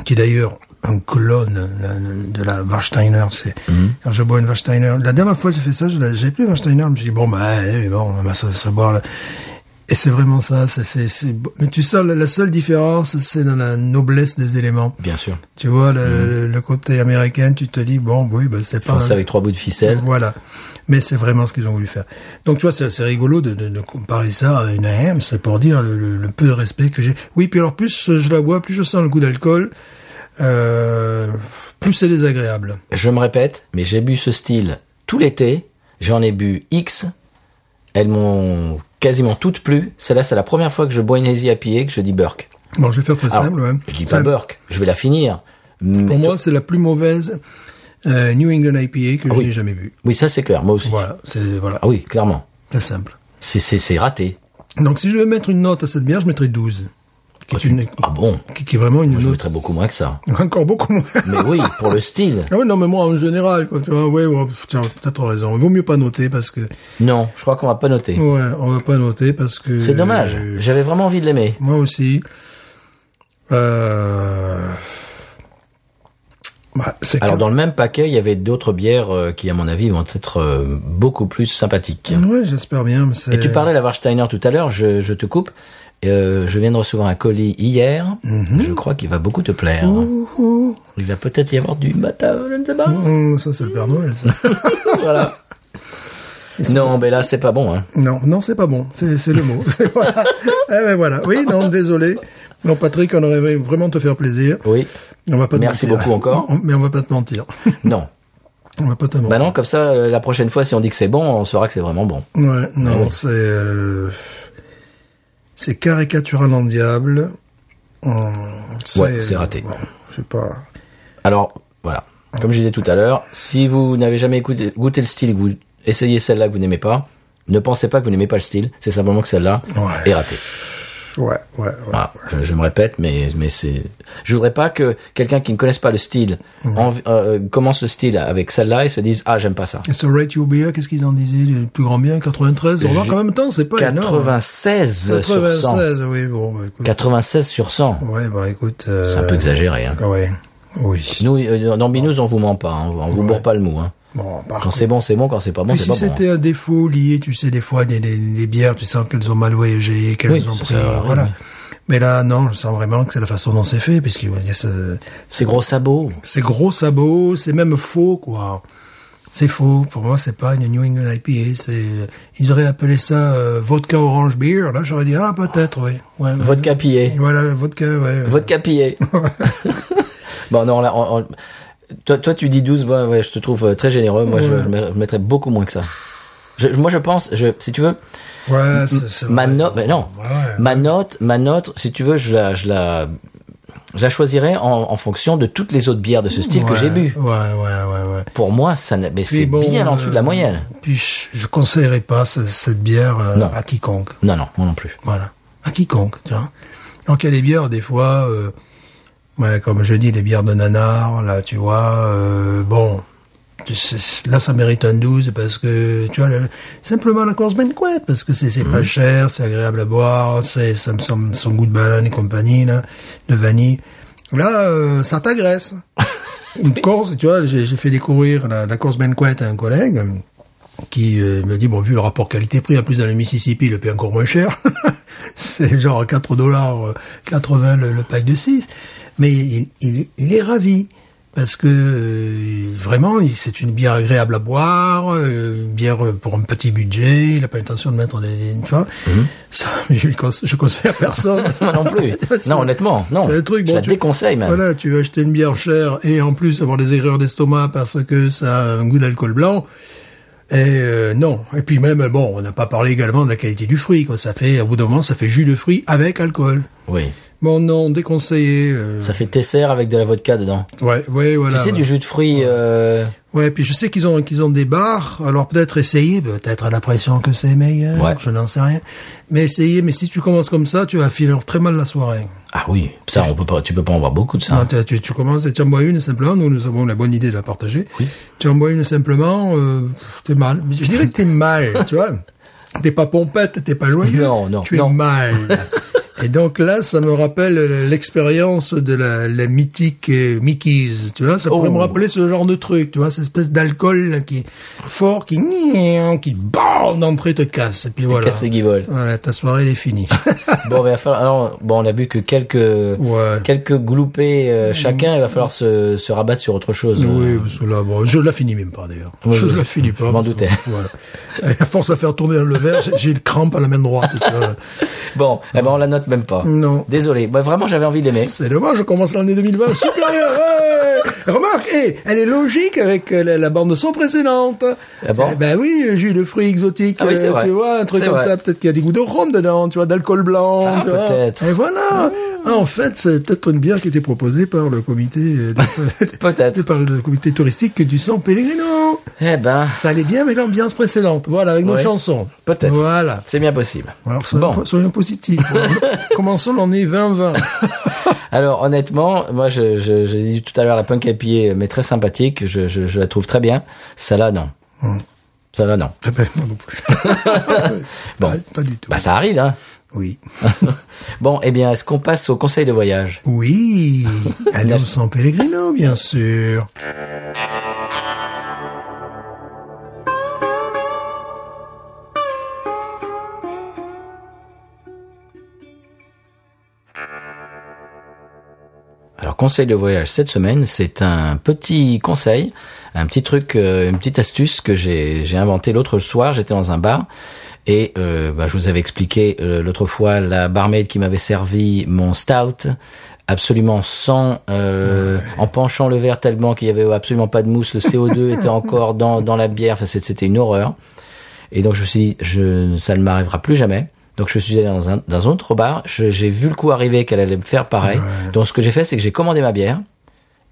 qui est d'ailleurs un clone de, de la Warsteiner. C'est quand je bois une Warsteiner. La dernière fois que j'ai fait ça, je l'ai- j'ai plus Warsteiner, je me suis dit bon bah allez, bon, on va se, se boire. là. Et c'est vraiment ça. C'est c'est c'est. beau. Mais tu sens la, la seule différence, c'est dans la noblesse des éléments.
Bien sûr.
Tu vois le, le côté américain, tu te dis bon oui, bah c'est pas.
Pensez avec trois bouts de ficelle.
Voilà. Mais c'est vraiment ce qu'ils ont voulu faire. Donc tu vois, c'est c'est rigolo de, de, de comparer ça à une AM, c'est pour dire le, le- le peu de respect que j'ai. Oui, puis alors plus je la bois, plus je sens le goût d'alcool, euh, plus c'est désagréable.
Je me répète, mais j'ai bu ce style tout l'été, j'en ai bu X, elles m'ont quasiment toutes plu. Celle-là, c'est la première fois que je bois une Hazy IPA que je dis Burke.
Bon, je vais faire très
Alors,
simple. ouais.
je dis
Ça-
pas Burke, je vais la finir.
Pour moi, c'est la plus mauvaise euh, New England IPA que je
Ah oui.
n'ai jamais vue.
Oui, ça c'est clair, moi aussi.
Voilà, c'est voilà,
Ah oui, clairement.
très simple.
C'est- C'est c'est raté.
Donc si je vais mettre une note à cette bière, je mettrais 12. Qui est, une,
Ah bon
qui, qui est vraiment une
Je
note
mettrais beaucoup moins que ça.
encore beaucoup moins.
Mais oui, pour le style.
Ah ouais, non, mais moi, en général, quoi, tu vois, ouais, ouais, pff, tiens, t'as trop raison. Il vaut mieux pas noter parce que, ouais,
Non, je crois qu'on va pas noter.
on va pas noter parce que...
C'est dommage.
euh,
J'avais vraiment envie de l'aimer.
moi aussi. Euh... Bah, c'est
Alors
que-
dans le même paquet, il y avait d'autres bières euh, qui, à mon avis, vont être euh, beaucoup plus sympathiques.
Ouais, j'espère bien, mais c'est...
Et tu parlais de la Warsteiner tout à l'heure, je, je te coupe. Euh, je viens de recevoir un colis hier. Je crois qu'il va beaucoup te plaire. Il va peut-être y avoir du matin, je ne sais pas.
Oh, ça, c'est le Père Noël, ça.
voilà. Non, mais là, c'est pas bon. Hein.
non, non, c'est pas bon. C'est, c'est le mot. C'est- voilà. Eh ben voilà. Oui, non, désolé. Non, Patrick, on aurait aimé vraiment te faire plaisir.
Oui.
On va pas te
Merci
mentir.
beaucoup encore.
On- Mais on va pas te mentir.
Non.
On va pas t'inventer.
Bah non, comme ça, euh, la prochaine fois, si on dit que c'est bon, on saura que c'est vraiment bon.
Ouais, non,
Ah oui.
c'est euh, c'est caricatural en diable. Hum,
c'est raté.
bon, je sais pas.
Alors, voilà. Comme je disais tout à l'heure, si vous n'avez jamais écouté- goûté le style et que vous essayez celle-là que vous n'aimez pas, ne pensez pas que vous n'aimez pas le style, c'est simplement que celle-là
Ouais.
est ratée.
Ouais, ouais, ouais.
Ah, je, je me répète, mais, mais c'est. Je voudrais pas que quelqu'un qui ne connaisse pas le style en- euh, commence le style avec celle-là et se dise Ah, j'aime pas ça.
Et ce Rate Your Beer, qu'est-ce qu'ils en disaient Le plus grand bien, 93. On
J'ai-
en même temps, c'est pas énorme.
96 sur 100.
96, oui, bon, bah, écoute.
96 sur 100.
Ouais, bah écoute. euh,
C'est un peu exagéré. Hein.
Ouais, oui.
Nous, euh, dans Binous, on vous ment pas, hein, on vous bourre pas le mou. Hein.
Bon, par
Quand c'est bon, c'est bon, quand c'est pas bon,
Puis
c'est
si
pas bon. hein.
c'était un défaut lié, tu sais, des fois, des, des, des bières, tu sens qu'elles ont mal voyagé, qu'elles
Oui,
ont
ça,
pris, euh,
ça arrive,
voilà.
oui.
Mais là, non, je sens vraiment que c'est la façon dont c'est fait, puisqu'il y a ce,
hein. C'est gros sabots.
ces gros sabots, c'est même faux, quoi. C'est faux. Pour moi, c'est pas une New England IPA. C'est, ils auraient appelé ça euh, vodka orange beer. Là, j'aurais dit ah peut-être, oui. Ouais, ouais.
Vodka pillé.
Voilà, vodka, ouais.
Vodka pillé. bon, non, là, on- on- Toi, toi, tu dis 12, bah, ouais, je te trouve euh, très généreux. Moi, je-
Ouais.
je, me- je mettrais beaucoup moins que ça. Je- moi, je pense, je, si tu veux,
Ouais, c'est, c'est
ma
vrai.
note, ben non,
Ouais.
ma note, ma note, si tu veux, je la, je la, je la choisirais en, en fonction de toutes les autres bières de ce style que
Ouais,
j'ai bu.
Ouais, ouais, ouais, ouais.
Pour moi, ça, n'a- mais
Puis
c'est
bon,
bien en dessous de la
euh,
moyenne.
Puis je, je conseillerais pas ce- cette bière euh,
Non.
à quiconque.
Non, non, moi non plus.
Voilà. À quiconque, tu vois. Donc il y a des bières, des fois, euh, ouais, comme je dis, les bières de nanar, là, tu vois, euh, bon, tu sais, là, ça mérite un 12 parce que, tu vois, le- simplement la course banquet, parce que c'est c'est pas cher, c'est agréable à boire, c'est, ça me semble, son goût de banane et compagnie, là, de vanille. Là, euh, ça t'agresse. Une course, tu vois, j'ai j'ai fait découvrir la, la course banquet à un collègue qui euh, me dit bon vu le rapport qualité-prix en plus dans le Mississippi le paie encore moins cher c'est genre 4 dollars 80 le, le pack de 6 mais il, il- il est ravi parce que euh, vraiment il- c'est une bière agréable à boire euh, une bière euh, pour un petit budget il n'a pas l'intention de mettre des, des- tu vois ça je, le conse- je conseille à personne
Mhm. Moi non plus.
C'est-
non, honnêtement, non.
c'est un truc
je
bon,
la
tu-
déconseille même.
voilà, tu veux acheter une bière chère et en plus avoir des aigreurs d'estomac parce que ça a un goût d'alcool blanc. Et euh, non. Et puis même, bon, on n'a pas parlé également de la qualité du fruit. Quoi. Ça fait, au bout d'un moment, ça fait jus de fruit avec alcool.
Oui.
Bon, non, déconseillé. euh,
Ça fait tesser avec de la vodka dedans.
Ouais, ouais, voilà.
tu sais,
ouais.
du jus de fruits. euh,
Ouais, puis je sais qu'ils ont qu'ils ont des bars, alors peut-être essayer, peut-être à la pression que c'est meilleur,
Ouais.
je n'en sais rien. Mais essayer, mais si tu commences comme ça, tu vas filer très mal la soirée.
Ah oui, ça, on peut pas, tu peux pas en voir beaucoup de ça.
Non, tu, tu, tu commences, tu en bois une simplement, nous, nous avons la bonne idée de la partager. Tu en bois une simplement, euh, t'es mal. Je dirais que t'es mal, tu vois. T'es pas pompette, t'es pas joyeux.
Non, non,
Tu
non.
es mal. Et donc là, ça me rappelle euh, l'expérience de la, la mythique euh, Mickey's, tu vois. Ça pourrait
Oh.
me rappeler ce genre de truc, tu vois, cette espèce d'alcool là, qui est fort, qui qui bam, d'entrée te casse. Et puis voilà.
Casse les guivoles.
Voilà, ta soirée elle est finie.
Bon, il va falloir. Alors, bon, on a bu que quelques
Ouais. Mm.
quelques gloupés euh, chacun. Il va falloir se, se rabattre sur autre chose.
Oui, parce que là, bon, je la finis même pas d'ailleurs.
Euh, Oui,
je
oui,
la finis
je
pas.
m'en
parce que,
doutais.
Voilà. Et à force de la faire tourner dans le verre, j'ai- j'ai le crampe à la main droite. tu vois.
Bon, eh ben on la note même pas.
Non.
Désolé. Bah, vraiment, j'avais envie de l'aimer.
C'est dommage, je commence l'année 2020 supérieure. ouais. Remarque, eh, elle est logique avec euh, la, la bande son précédente.
Ah bon
Eh ben oui, euh, jus de fruits exotiques,
Ah oui, c'est
euh,
vrai.
tu vois, un truc
C'est
comme
vrai.
ça. Peut-être qu'il y a des goûts de rhum dedans, tu vois, d'alcool blanc.
Ah,
tu vois.
peut-être.
Et voilà. Ah, en fait, c'est peut-être une bière qui était proposée par le comité, euh, de-
Peut-être.
par le comité touristique du San Pellegrino.
Eh ben,
Ça allait bien avec l'ambiance précédente, voilà, avec nos
Ouais.
chansons.
Peut-être.
Voilà.
c'est bien possible.
Alors, soyons,
Bon.
soyons positifs. hein. Commençons l'année 2020.
Alors honnêtement, moi je, je, j'ai dit tout à l'heure la punk à pied, euh, mais très sympathique, je, je, je la trouve très bien. Celle-là non.
Mm.
Celle-là non.
Eh ben, moi non plus.
Bon.
Pas, pas du tout.
Bah ça arrive hein.
Oui.
Bon, eh bien, est-ce qu'on passe au conseil de voyage
Oui. Allons San Pellegrino, bien sûr.
Alors conseil de voyage cette semaine, c'est un petit conseil, un petit truc, euh, une petite astuce que j'ai j'ai inventé l'autre soir, j'étais dans un bar et euh, bah, je vous avais expliqué euh, l'autre fois la barmaid qui m'avait servi mon stout absolument sans, euh, en penchant le verre tellement qu'il y avait absolument pas de mousse, le CO2 était encore dans, dans la bière, enfin, c'est- c'était une horreur. Et donc je me suis dit, je, ça ne m'arrivera plus jamais. Donc je suis allé dans un, dans un autre bar, Je- j'ai vu le coup arriver qu'elle allait me faire pareil. Donc ce que j'ai fait, c'est que j'ai commandé ma bière.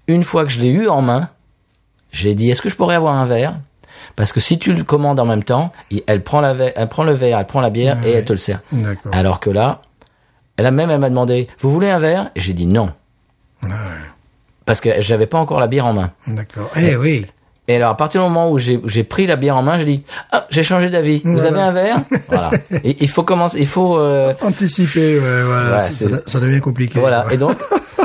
Une fois que je l'ai eue en main, j'ai dit, est-ce que je pourrais avoir un verre Parce que si tu le commandes en même temps, il- elle prend, la ve- elle prend le verre, elle prend la bière et elle te le sert.
D'accord.
Alors que là, elle a même elle m'a demandé, vous voulez un verre Et j'ai dit non. Parce que j'avais pas encore la bière en main.
D'accord. Eh oui.
Et alors, à partir du moment où j'ai où j'ai pris la bière en main, j'ai dit ah j'ai changé d'avis. Vous avez un verre Voilà. Et, il faut commencer. Il faut euh,
Anticiper, ouais, voilà.
Ouais,
ça,
c'est-
ça- ça devient compliqué.
voilà.
quoi.
Et donc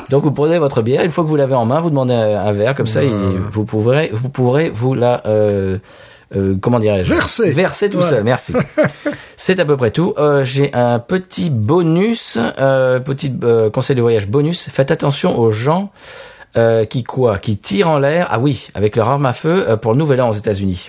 donc vous prenez votre bière. Une fois que vous l'avez en main, vous demandez un verre comme ça. et vous pourrez vous pourrez vous la euh, euh, comment dirais-je
Verser.
Verser tout
Voilà.
seul. Merci. C'est à peu près tout. Euh, j'ai un petit bonus, euh, petit euh, conseil de voyage bonus. Faites attention aux gens euh, qui quoi Qui tirent en l'air. Ah oui, avec leur arme à feu euh, pour le Nouvel An aux États-Unis.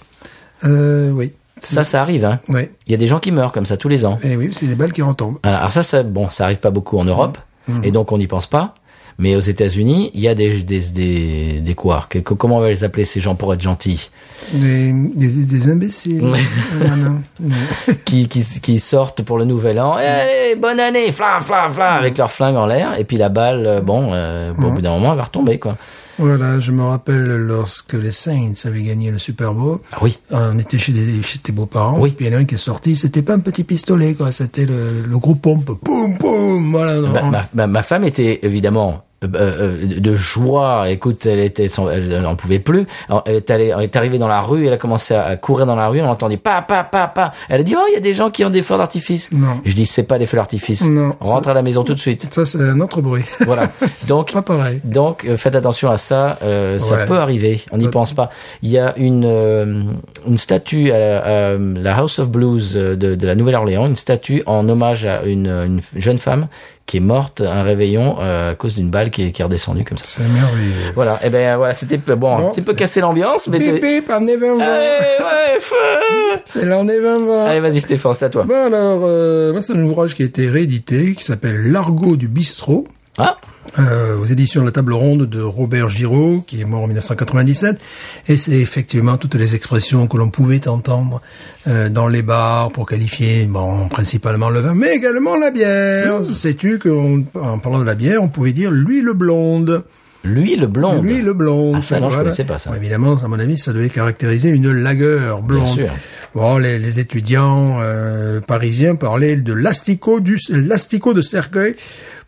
Euh, oui.
Ça, ça arrive. Hein.
Oui.
Il y a des gens qui meurent comme ça tous les ans.
Eh oui, c'est des balles qui retombent.
Ah, Alors ça, ça, bon, ça arrive pas beaucoup en Europe, et donc on n'y pense pas. Mais aux États-Unis, il y a des des des, des quoi que- que- Comment on va les appeler ces gens pour être gentils
Des, des, des imbéciles.
Ouais.
Non, non, non.
qui, qui qui sortent pour le Nouvel An. Eh, allez, bonne année, flam flam flam, avec leur flingue en l'air, et puis la balle, euh, bon, euh, bon, au bout d'un moment, elle va retomber quoi.
Voilà, je me rappelle lorsque les Saints avaient gagné le Super Bowl.
Ah oui.
On était chez, des, chez tes beaux-parents.
Oui.
Puis il y en a un qui est sorti. C'était pas un petit pistolet, quoi. C'était le, le gros pompe. Poum, poum. Voilà.
Ma,
on-
ma, ma- ma femme était évidemment euh, euh, de joie. Écoute, elle était, son- elle elle en pouvait plus. Alors, Elle est allée, elle est arrivée dans la rue. Elle a commencé à à courir dans la rue. On entendait pa pa pa pa. Elle a dit oh il y a des gens qui ont des feux d'artifice.
Non.
Et Je dis c'est pas des feux d'artifice.
Mm. Non.
Rentre à la maison tout de suite.
Ça, c'est un autre bruit.
Voilà. Donc
pas pareil.
donc euh, faites attention à ça, euh, ça
Ouais.
peut arriver, on n'y
Ouais.
pense pas. Il y a une euh, une statue à, la- à la House of Blues euh, de, de la Nouvelle-Orléans, une statue en hommage à une, euh, une jeune femme qui est morte à un réveillon euh, à cause d'une balle qui est, qui est redescendue comme ça.
C'est merveilleux.
Voilà, et ben voilà, c'était bon, un
Bon.
petit peu casser l'ambiance, mais
Bip, bip, en novembre.
Allez, ouais, feu
C'est l'an novembre.
Allez, vas-y Stéphane, c'est à toi.
Bon alors, euh, moi, c'est un ouvrage qui a été réédité, qui s'appelle L'argot du bistrot,
Ah,
euh, aux éditions de la table ronde de Robert Giraud, qui est mort en 1997. Et c'est effectivement toutes les expressions que l'on pouvait entendre euh, dans les bars pour qualifier, bon, principalement le vin, mais également la bière. Sais-tu qu'en parlant de la bière, on pouvait dire l'huile blonde
lui le blond.
lui, le blond.
Ah, ça, non, je connaissais pas ça.
Bon, évidemment, à mon avis, ça devait caractériser une lagueur blonde.
sûr.
Bon, les, les étudiants euh, parisiens parlaient de l'astico du l'astico de cercueil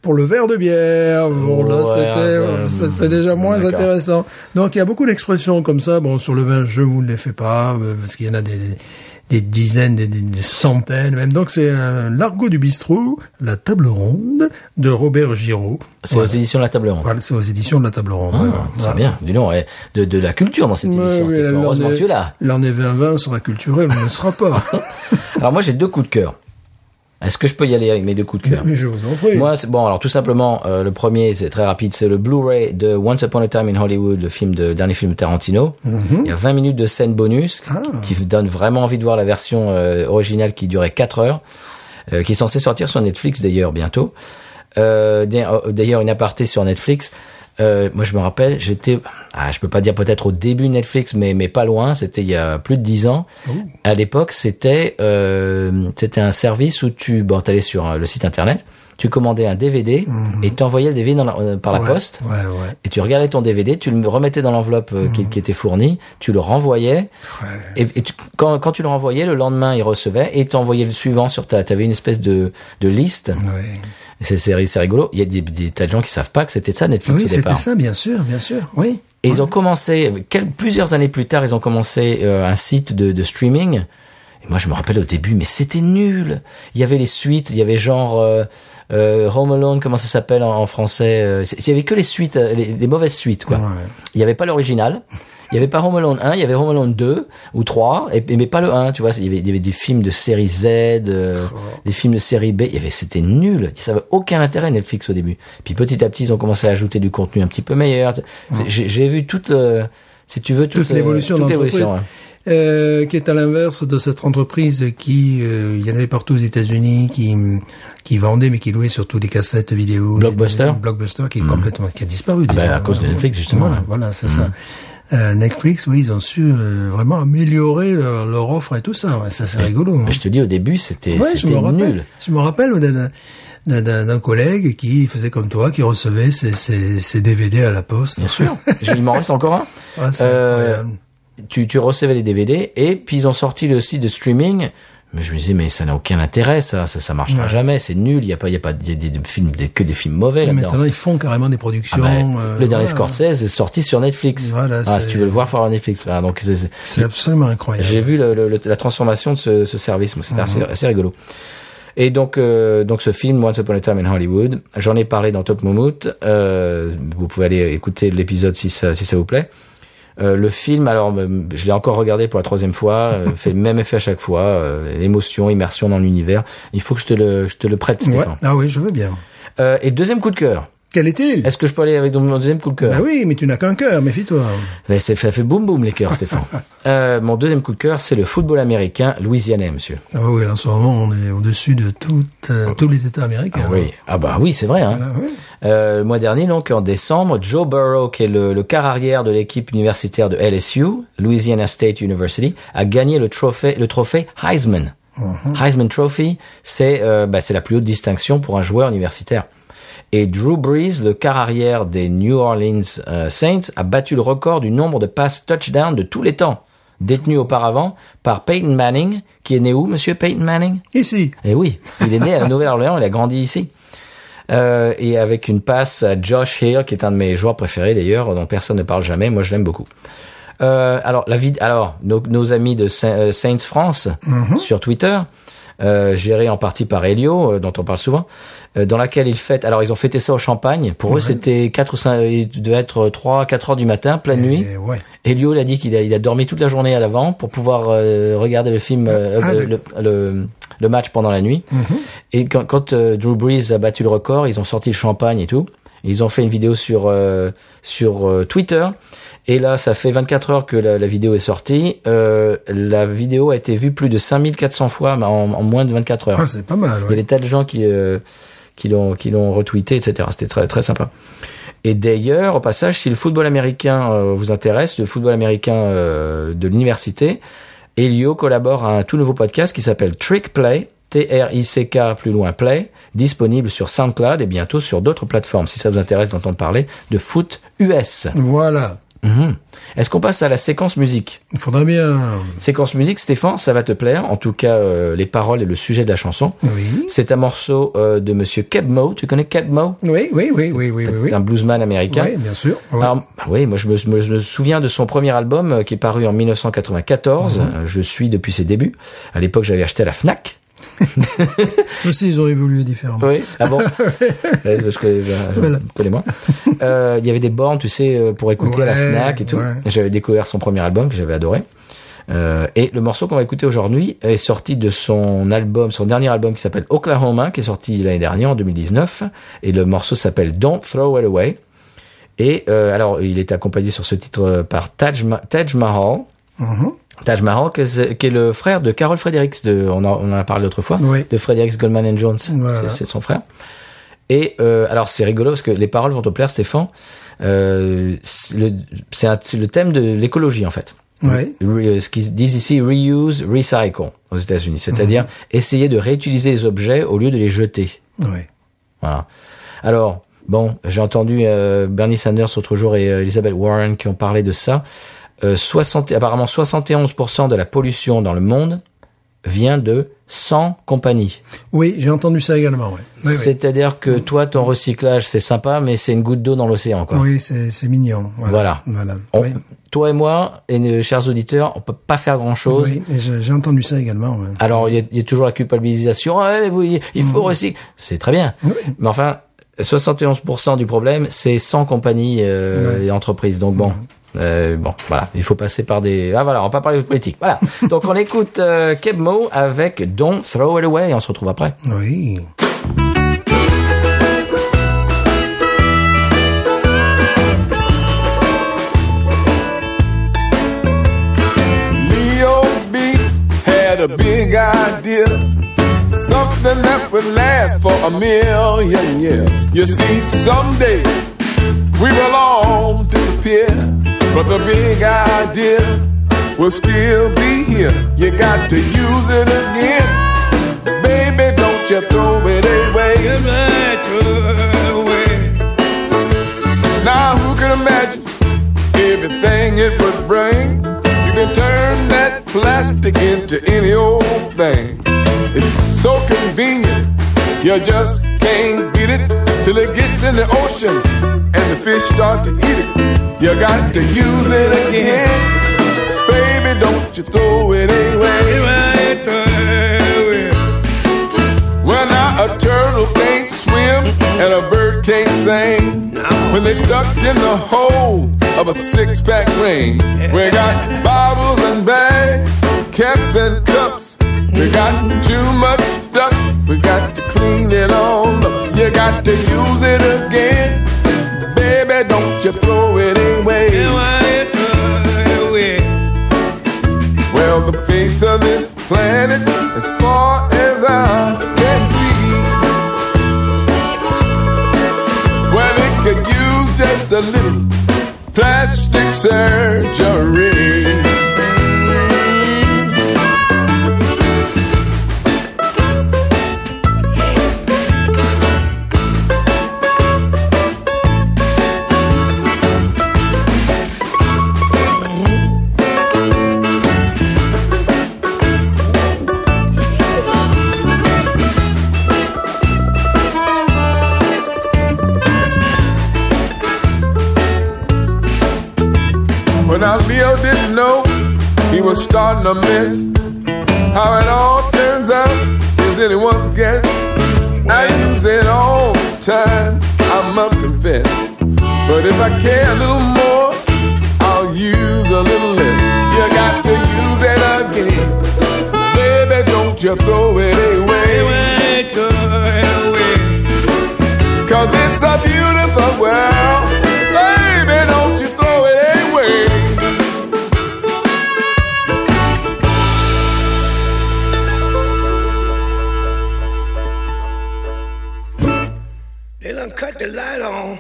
pour le verre de bière. Bon, là,
Ouais,
c'était, euh,
ça-
c'est- c'est déjà moins
D'accord.
intéressant. Donc, il y a beaucoup d'expressions comme ça. Bon, sur le vin, je vous ne les fais pas, euh, parce qu'il y en a des, des- des dizaines, des, des- des centaines même. Donc, c'est euh, l'argot du bistrot, la table ronde de Robert Giraud.
C'est aux éditions de la table ronde.
Voilà, c'est aux éditions de la table ronde.
Ah,
voilà.
très bien, dis donc, eh, de, de la culture dans cette
Ouais,
émission,
oui,
Stéphane.
l'année-
Heureusement que tu es là.
L'année 2020 sera culturelle, on ne sera pas.
Alors moi j'ai deux coups de cœur. Est-ce que je peux y aller avec mes deux coups de cœur
Mais je vous en prie.
Moi, c'est- bon, alors tout simplement, euh, le premier, c'est très rapide, c'est le Blu-ray de Once Upon a Time in Hollywood, le film de dernier film de Tarantino. Il y a 20 minutes de scène bonus qui, qui donne vraiment envie de voir la version euh, originale qui durait 4 heures, euh, qui est censée sortir sur Netflix d'ailleurs bientôt. Euh, d'ailleurs, euh, d'ailleurs, une aparté sur Netflix. Euh, moi, je me rappelle, j'étais, ah, je peux pas dire peut-être au début de Netflix, mais mais pas loin. C'était il y a plus de 10 ans.
Ah,
À l'époque, c'était euh, c'était un service où tu bon, t'allais sur euh, le site internet, tu commandais un DVD et t'envoyais le DVD dans la- euh, par la
Mhm. Ouais,
poste.
Ouais, ouais.
Et tu regardais ton DVD, tu le remettais dans l'enveloppe euh,
Mhm.
qui, qui était fournie, tu le renvoyais.
Ouais.
Et, et tu- quand, quand tu le renvoyais, le lendemain, il recevait et t'envoyais le suivant sur ta. T'avais une espèce de, de liste.
Ouais.
C'est c'est c'est rigolo. Il y a des, des tas de gens qui savent pas que c'était ça Netflix
Ah Oui,
au
c'était
départ.
ça, bien sûr, bien sûr. Oui.
Et ils ont commencé, quel- plusieurs années plus tard, ils ont commencé euh, un site de, de streaming. Et moi, je me rappelle au début, mais c'était nul. Il y avait les suites, il y avait genre euh, euh, Home Alone, comment ça s'appelle en, en français euh, c'est- Il y avait que les suites, euh, les, les mauvaises suites, quoi.
Ouais.
Il n'y avait pas l'original. Il n'y avait pas Home Alone 1, il y avait Home Alone 2 ou 3, et, et- mais pas le 1, tu vois. Il y avait, il y avait des films de série Z, euh,
Oh.
des films de série B. Il y avait, c'était nul. Ça avait aucun intérêt Netflix au début. Puis petit à petit, ils ont commencé à ajouter du contenu un petit peu meilleur. C'est- J'ai j'ai vu toute, euh, si tu veux, toute,
Toute l'évolution
euh, toute
de l'entreprise.
l'évolution, ouais.
euh, qui est à l'inverse de cette entreprise qui, euh, il y en avait partout aux États-Unis, qui qui vendait mais qui louait surtout les cassettes vidéo,
Blockbuster. Mm.
des- des blockbuster qui est complètement qui a disparu.
Ah ben,
déjà.
à cause de Netflix, justement,
Voilà,
ouais. Mm.
voilà, c'est ça. Euh, Netflix, oui, ils ont su euh, vraiment améliorer leur, leur offre et tout ça. Ouais, ça, c'est rigolo. hein.
Je te dis, au début, c'était
Ouais, je me
c'était
rappelle.
nul.
Je me rappelle d'un- d'un- d'un d'un collègue qui faisait comme toi, qui recevait ses, ses, ses DVD à la poste.
Bien sûr. Euh, Je- Il m'en reste encore un.
Ouais, c'est incroyable.
tu, tu recevais les DVD et puis ils ont sorti le site de streaming. Mais je me disais, mais ça n'a aucun intérêt, ça, ça, ça marchera jamais, c'est nul, il y a pas, il y a pas, il y a des, des films, des- que des films mauvais
Et
là-dedans.
maintenant, ils font carrément des productions.
Ah ben,
euh,
le dernier
voilà.
Scorsese est sorti sur Netflix.
Voilà,
Ah,
c'est-
si tu veux le voir, faut avoir Netflix. Voilà, donc c'est- c'est-
C'est absolument incroyable.
j'ai vu le- le- le- la transformation de ce, ce service. Moi, C'était assez,
Mhm.
assez rigolo. Et donc, euh, donc ce film Once Upon a Time in Hollywood, j'en ai parlé dans Top Moumout. Euh, vous pouvez aller écouter l'épisode si ça, si ça vous plaît. Euh, le film, alors me- je l'ai encore regardé pour la troisième fois, euh, fait le même effet à chaque fois, euh, émotion, immersion dans l'univers. Il faut que je te le, je te le prête,
Ouais.
Stéphane.
Ah oui, je veux bien.
Euh, et deuxième coup de cœur.
Quel est-il
Est-ce que je peux aller avec mon deuxième coup de cœur
Bah oui, mais tu n'as qu'un cœur, méfie-toi.
mais c'est- ça fait boum boum les cœurs, Stéphane. Euh, mon deuxième coup de cœur, c'est le football américain louisianais, monsieur.
Ah oui, en ce moment, on est au-dessus de tout, euh, tous les États américains.
Oui. Ah bah oui, c'est vrai. Hein.
Ah oui.
Euh, le mois dernier, donc en décembre, Joe Burrow, qui est le, le quart arrière de l'équipe universitaire de LSU, Louisiana State University, a gagné le trophée, le trophée Heisman.
Uh-huh.
Heisman Trophy, c'est euh, bah, c'est la plus haute distinction pour un joueur universitaire. Et Drew Brees, le quart arrière des New Orleans euh, Saints, a battu le record du nombre de passes touchdown de tous les temps, détenu auparavant par Peyton Manning, qui est né où, monsieur Peyton Manning
Ici.
eh oui, il est né à la Nouvelle-Orléans, il a grandi ici. Euh, et avec une passe à Josh Hill, qui est un de mes joueurs préférés d'ailleurs, dont personne ne parle jamais, moi je l'aime beaucoup. Euh, alors, la vie, alors nos, nos amis de Saint- euh, Saints France sur Twitter, euh, géré en partie par Helio, euh, dont on parle souvent, euh, dans laquelle ils fêtent. Alors, ils ont fêté ça au Champagne. Pour eux, c'était 4 ou 5, il devait être 3, 4 heures du matin, pleine nuit.
Et Eh, ouais.
Elio l'a dit qu'il a, il a dormi toute la journée à l'avant pour pouvoir euh, regarder le film, euh,
Ah, Mhm.
le, le, le- le match pendant la nuit. Et quand, quand euh, Drew Brees a battu le record, ils ont sorti le champagne et tout. Ils ont fait une vidéo sur euh, sur euh, Twitter. Et là, ça fait 24 heures que la, la vidéo est sortie. Euh, la vidéo a été vue plus de 5400 fois en, en moins de 24 heures.
Ah, c'est pas mal.
Il y a
Ouais.
des tas de gens qui euh, qui l'ont qui l'ont retweeté, etc. C'était très très sympa. Et d'ailleurs, au passage, si le football américain euh, vous intéresse, le football américain euh, de l'université, Elio collabore à un tout nouveau podcast qui s'appelle Trick Play. T-R-I-C-K plus loin Play, disponible sur SoundCloud et bientôt sur d'autres plateformes, si ça vous intéresse d'entendre parler de foot US.
Voilà.
Mhm. Est-ce qu'on passe à la séquence musique
Il faudra bien.
Séquence musique, Stéphane, ça va te plaire, en tout cas euh, les paroles et le sujet de la chanson.
Oui.
C'est un morceau euh, de Monsieur Cadmo. Tu connais Cadmo
Oui, oui, oui, oui, oui, oui. oui.
C'est un bluesman américain.
Ouais, bien sûr. Ouais.
Alors, bah oui, moi je me, me- je me souviens de son premier album euh, qui est paru en 1994.
Mhm.
Euh, Je suis depuis ses débuts. À l'époque, j'avais acheté à la Fnac.
Aussi, ils ont évolué différemment.
Oui. Ah bon Ouais, Parce que euh, je-
Voilà.
connais-moi. Euh, Il y avait des bornes, tu sais, euh, pour écouter à la
Ouais,
Fnac et tout.
ouais.
J'avais découvert son premier album que j'avais adoré. Euh, et le morceau qu'on va écouter aujourd'hui est sorti de son album, son dernier album qui s'appelle Oklahoma, qui est sorti l'année dernière en 2019. Et le morceau s'appelle Don't Throw It Away. Et euh, alors, il est accompagné sur ce titre euh, par Taj, Ma- Taj Mahal.
Mhm.
Taj Mahal, que c'est- qui est le frère de Carol Fredericks, de, on, en, on en a parlé l'autre fois,
Oui.
de Fredericks Goldman and Jones.
Voilà.
C'est- C'est son frère. Et euh, alors c'est rigolo parce que les paroles vont te plaire, Stéphane. Euh, c'est le, c'est un- c'est le thème de l'écologie en fait.
Ouais.
Re- euh, ce qu'ils disent ici, reuse, recycle aux États-Unis, c'est-à-dire
Mhm.
essayer de réutiliser les objets au lieu de les jeter.
Ouais.
Voilà. Alors, bon, j'ai entendu euh, Bernie Sanders l'autre jour et euh, Elizabeth Warren qui ont parlé de ça. Euh, 60, apparemment, 71% de la pollution dans le monde vient de 100 compagnies.
Oui, j'ai entendu ça également. Ouais. Oui, oui.
C'est-à-dire que toi, ton recyclage, c'est sympa, mais c'est une goutte d'eau dans l'océan. quoi.
Oui, c'est c'est mignon.
Voilà.
Voilà. Voilà.
On-
Oui.
Toi et moi, et nos chers auditeurs, on peut pas faire grand-chose.
Oui, mais je- j'ai entendu ça également. ouais.
Alors, il y, a- il y a toujours la culpabilisation. Ah, mais vous, il il faut recycler. C'est très bien.
Mm. Oui.
Mais enfin, 71% du problème, c'est 100 compagnies euh, et entreprises. Donc
Mm.
bon, euh, bon, voilà, il faut passer par des. Ah voilà, on va pas parler de politique. Voilà. Donc on écoute euh, Kebmo avec Don't Throw It Away. On se retrouve après.
Oui.
Me
had a big idea, something that would last for a million years. You see, someday we will all disappear, but the big idea will still be here. You got to use it again. Baby, don't you throw it away. Now who can imagine everything it would bring? You can turn that plastic into any old thing. It's so convenient, you just can't beat it till it gets in the ocean and the fish start to eat it. You got to use it again. Baby, don't you throw it away. Well, now a turtle can't swim and a bird can't sing. When they stuck in the hole of a six pack ring, we got bottles and bags, caps and cups. We got too much stuff, we got to clean it all up. You got to use it again. Baby, don't you throw it away. Well, the face of this planet, as far as I can see, well, it could use just a little plastic surgery. When I Leo didn't know he was starting to miss. How it all turns out is anyone's guess. I use it all the time, I must confess. But if I care a little more, I'll use a little less. You got to use it again. Baby, don't you throw it away. Cause it's a beautiful world. Baby, don't you throw it away.
They done cut the light on,